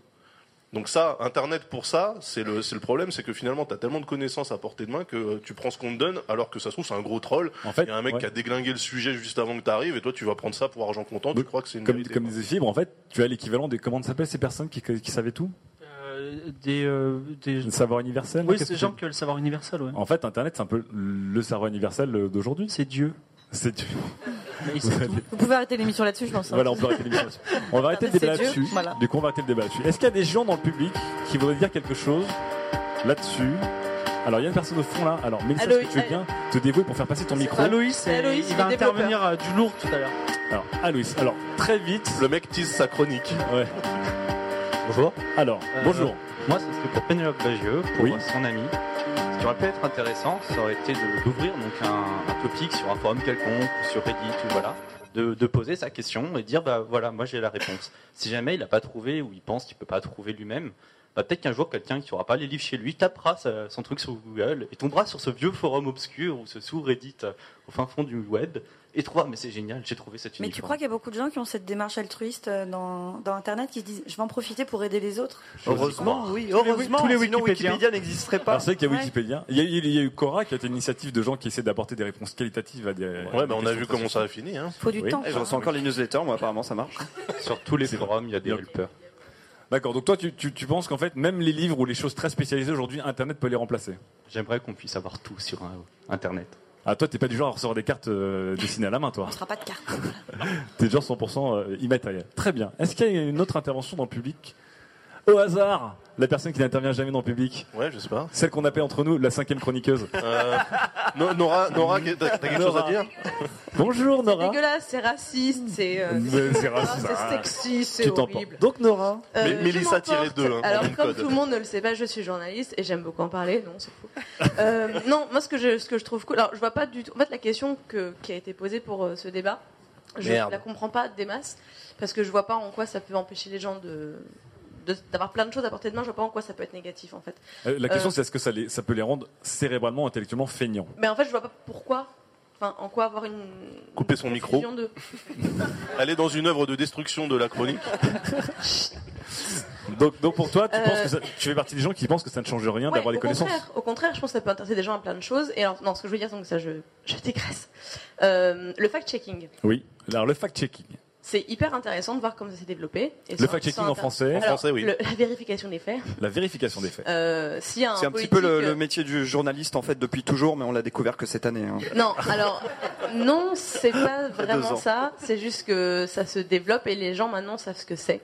Speaker 1: Donc ça, Internet pour ça, c'est le, c'est le problème, c'est que finalement, tu as tellement de connaissances à portée de main que euh, tu prends ce qu'on te donne, alors que ça se trouve, c'est un gros troll.
Speaker 3: En fait,
Speaker 1: Il y a un mec
Speaker 3: ouais.
Speaker 1: qui a déglingué le sujet juste avant que tu arrives, et toi, tu vas prendre ça pour argent comptant, tu crois que c'est une
Speaker 3: Comme,
Speaker 1: vérité,
Speaker 3: comme
Speaker 1: quoi.
Speaker 3: disait Fibre, en fait, tu as l'équivalent des. Comment s'appellent ces personnes qui, qui savaient tout
Speaker 4: Euh, Des.
Speaker 3: Le savoir universel là,
Speaker 4: Oui, c'est
Speaker 3: qu'est-ce
Speaker 4: des
Speaker 3: que
Speaker 4: gens
Speaker 3: tu-
Speaker 4: qui ont le savoir universel, ouais.
Speaker 3: En fait, Internet, c'est un peu le savoir universel euh, d'aujourd'hui.
Speaker 4: C'est Dieu. Euh,
Speaker 3: C'est Dieu.
Speaker 4: Mais
Speaker 3: Vous allez-
Speaker 7: Vous pouvez arrêter l'émission là-dessus, je pense. hein.
Speaker 3: Voilà, on peut arrêter l'émission. On va
Speaker 4: Ah,
Speaker 3: arrêter le
Speaker 7: C'est
Speaker 3: débat
Speaker 7: Dieu,
Speaker 3: là-dessus.
Speaker 7: voilà.
Speaker 3: Du coup, on va arrêter le débat là-dessus. Est-ce qu'il y a des gens dans le public qui voudraient dire quelque chose là-dessus Alors, il y a une personne au fond là. Alors, Mélissa, est-ce que
Speaker 4: Aloïs,
Speaker 3: tu veux bien te dévouer pour faire passer ton micro
Speaker 4: Aloïs, euh, il va intervenir euh, du lourd tout à l'heure.
Speaker 3: Alors, Aloïs, alors, très vite.
Speaker 1: Le mec tease sa chronique.
Speaker 3: Ouais.
Speaker 8: Bonjour. Euh,
Speaker 3: Alors,
Speaker 5: Euh,
Speaker 3: bonjour.
Speaker 8: Moi, ce serait pour Pénélope Bagieux, pour son ami. Ce qui aurait pu être intéressant, ça aurait été de- d'ouvrir donc un, un topic sur un forum quelconque, ou sur Reddit, ou voilà, de, de poser sa question et dire bah voilà, moi j'ai la réponse. Si jamais il n'a pas trouvé ou il pense qu'il peut pas trouver lui-même,
Speaker 5: bah, peut-être qu'un jour, quelqu'un qui n'aura pas les livres chez lui tapera sa- son truc sur Google et tombera sur ce vieux forum obscur ou ce sous-reddit euh, au fin fond du web et trouvera, mais c'est génial, j'ai trouvé cette
Speaker 7: Mais
Speaker 5: uniforme.
Speaker 7: tu crois qu'il y a beaucoup de gens qui ont cette démarche altruiste euh, dans, dans Internet qui se disent je vais en profiter pour aider les autres
Speaker 17: Heureusement, oui, heureusement,
Speaker 3: Tous les
Speaker 17: sinon
Speaker 3: Wikipédiens.
Speaker 17: Wikipédia n'existerait pas.
Speaker 3: Alors Ah, c'est vrai qu'il y a
Speaker 17: Ouais.
Speaker 3: Wikipédia. Il y a, eu- il y a eu Cora qui a été une initiative de gens qui essaient d'apporter des réponses qualitatives à des.
Speaker 1: Ouais, bah, on a vu comment ça a fini, hein. Faut du temps,
Speaker 12: Je
Speaker 3: Eh,
Speaker 1: quoi.
Speaker 12: reçois encore les newsletters, moi apparemment ça marche.
Speaker 5: Sur tous les forums, il y a des helpers.
Speaker 3: D'accord, donc toi tu, tu- tu penses qu'en fait même les livres ou les choses très spécialisées aujourd'hui, Internet peut les remplacer
Speaker 5: J'aimerais qu'on puisse avoir tout sur euh, Internet.
Speaker 3: Ah toi t'es pas du genre à recevoir des cartes euh, dessinées à la main toi
Speaker 7: On ne sera pas de carte.
Speaker 3: T'es genre 100% euh, immatériel. Très bien. Est-ce qu'il y a une autre intervention dans le public Au hasard La personne qui n'intervient jamais dans le public
Speaker 1: Ouais, je sais pas.
Speaker 3: Celle qu'on appelle entre nous la cinquième chroniqueuse.
Speaker 1: Euh, No- Nora, Nora qu'est- t'as t'as quelque chose à
Speaker 3: Nora.
Speaker 1: dire
Speaker 3: Bonjour Nora
Speaker 17: Dégueulasse, c'est raciste, c'est euh,
Speaker 3: Mais c'est raciste,
Speaker 17: c'est
Speaker 3: ah.
Speaker 17: sexiste, c'est
Speaker 3: Tu t'en
Speaker 17: horrible.
Speaker 3: portes. Donc Nora
Speaker 17: Euh,
Speaker 1: Mais-
Speaker 17: je
Speaker 1: Mélissa
Speaker 17: m'emporte.
Speaker 1: tiré deux, hein, en
Speaker 17: Alors
Speaker 1: même
Speaker 17: comme
Speaker 1: code.
Speaker 17: tout le monde ne le sait pas, je suis journaliste et j'aime beaucoup en parler. Non, c'est faux. Euh, non, moi ce que je ce que je trouve cool. Alors je vois pas du tout. En fait, la question que- qui a été posée pour euh, ce débat, je
Speaker 1: Merde.
Speaker 17: la comprends pas des masses parce que je vois pas en quoi ça peut empêcher les gens de de- d'avoir plein de choses à portée de main. Je vois pas en quoi ça peut être négatif en fait.
Speaker 3: Euh, La question
Speaker 17: Euh,
Speaker 3: c'est est-ce que ça, les, ça peut les rendre cérébralement, intellectuellement feignants
Speaker 17: Mais en fait, je vois pas pourquoi. Enfin, en quoi avoir une
Speaker 1: Couper son micro.
Speaker 17: fusion de.
Speaker 1: Elle est dans une œuvre de destruction de la chronique.
Speaker 3: donc, donc pour toi, tu,
Speaker 17: Euh,
Speaker 3: penses que ça- tu fais partie des gens qui pensent que ça ne change rien
Speaker 17: Ouais,
Speaker 3: d'avoir les
Speaker 17: au
Speaker 3: connaissances
Speaker 17: Contraire, au contraire, je pense que ça peut intéresser des gens à plein de choses. Et alors, non, ce que je veux dire, donc ça, je, je dégraisse. Euh, le fact-checking,
Speaker 3: Oui. Alors le fact-checking.
Speaker 17: c'est hyper intéressant de voir comment ça s'est développé. Et
Speaker 3: Le
Speaker 17: sans-
Speaker 3: fact-checking
Speaker 17: sans
Speaker 3: en
Speaker 17: inter-
Speaker 3: français. En
Speaker 17: Alors,
Speaker 3: français, oui.
Speaker 17: le- la vérification des faits.
Speaker 3: La vérification des faits.
Speaker 17: Euh, si un
Speaker 12: C'est un petit
Speaker 17: politique- euh,
Speaker 12: peu le, le métier du journaliste en fait depuis toujours, mais on l'a découvert que cette année. hein.
Speaker 17: euh, Non, alors non, c'est pas
Speaker 12: Deux
Speaker 17: vraiment
Speaker 12: ans.
Speaker 17: ça. C'est juste que ça se développe et les gens maintenant savent ce que c'est.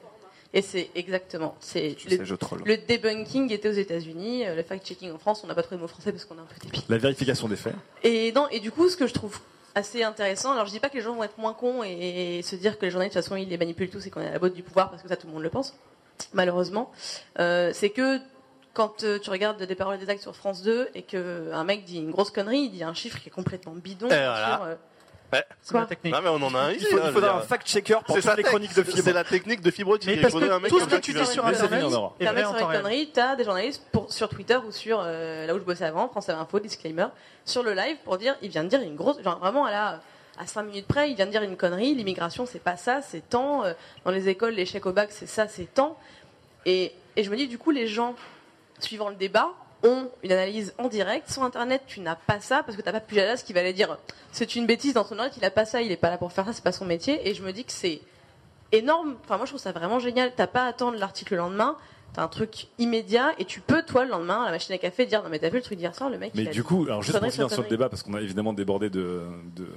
Speaker 17: Et c'est exactement. C'est le,
Speaker 12: sais, je troll.
Speaker 17: le debunking était aux États-Unis, euh, le fact-checking en France. On n'a pas trouvé le mot français parce qu'on est un peu débile.
Speaker 3: La vérification des faits.
Speaker 17: Et non, et du coup, ce que je trouve assez intéressant, alors je dis pas que les gens vont être moins cons et, et se dire que les journalistes de toute façon ils les manipulent tous et qu'on est à la botte du pouvoir parce que ça tout le monde le pense, malheureusement, Euh, c'est que quand euh, tu regardes des paroles et des actes sur France 2 et que un mec dit une grosse connerie, il dit un chiffre qui est complètement bidon.
Speaker 1: Et
Speaker 17: bien
Speaker 1: voilà.
Speaker 17: sûr, euh,
Speaker 1: Ouais.
Speaker 17: C'est ma
Speaker 1: technique. Non, mais on en a un.
Speaker 17: Il faut- il faudra un
Speaker 1: fact-checker
Speaker 17: pour toutes les chroniques de Fibre.
Speaker 1: C'est la technique de Fibre.
Speaker 17: Mais
Speaker 1: Il
Speaker 17: parce
Speaker 1: faudrait
Speaker 17: que
Speaker 1: un mec
Speaker 17: tout
Speaker 1: comme
Speaker 17: ce que
Speaker 1: ça
Speaker 17: tu
Speaker 1: qui
Speaker 17: fais
Speaker 1: va
Speaker 17: sur
Speaker 1: dire-
Speaker 17: Internet,
Speaker 1: Mais
Speaker 17: T'as
Speaker 1: c'est
Speaker 17: même
Speaker 1: bien,
Speaker 17: sur les
Speaker 1: Nora.
Speaker 17: conneries, t'as des journalistes pour, sur Twitter ou sur euh, là où je bossais avant, France Info, disclaimer, sur le live pour dire, il vient de dire une grosse, genre vraiment à la, à 5 minutes près, il vient de dire une connerie, l'immigration c'est pas ça, c'est tant, euh, dans les écoles, l'échec au bac c'est ça, c'est tant. Et, et je me dis, du coup, les gens, suivant le débat, ont une analyse en direct. Sur Internet, tu n'as pas ça parce que t'as pas Pujadas qui va aller dire c'est une bêtise dans son direct, il a pas ça, il est pas là pour faire ça, c'est pas son métier. Et je me dis que c'est énorme. Enfin, moi, je trouve ça vraiment génial. T'as pas à attendre l'article le lendemain. T'as un truc immédiat et tu peux, toi, le lendemain, à la machine à café, dire non, mais t'as vu le truc d'hier soir, le mec.
Speaker 3: Mais
Speaker 17: il a
Speaker 3: du
Speaker 17: dit
Speaker 3: coup, alors juste pour
Speaker 17: connerie
Speaker 3: finir sur le
Speaker 17: connerie.
Speaker 3: débat, parce qu'on a évidemment débordé de, de,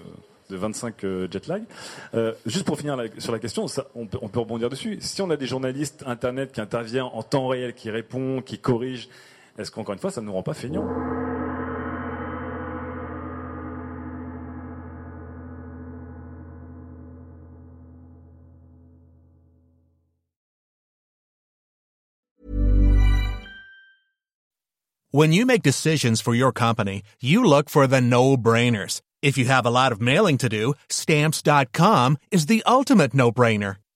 Speaker 3: de 25 euh, jet lag, euh, juste pour finir la- sur la question, ça, on, peut, on peut rebondir dessus. Si on a des journalistes internet qui interviennent en temps réel, qui répondent, qui corrigent, est-ce qu'encore une fois, ça ne nous rend pas feignants
Speaker 18: When you make decisions for your company, you look for the no-brainers. If you have a lot of mailing to do, stamps.com is the ultimate no-brainer.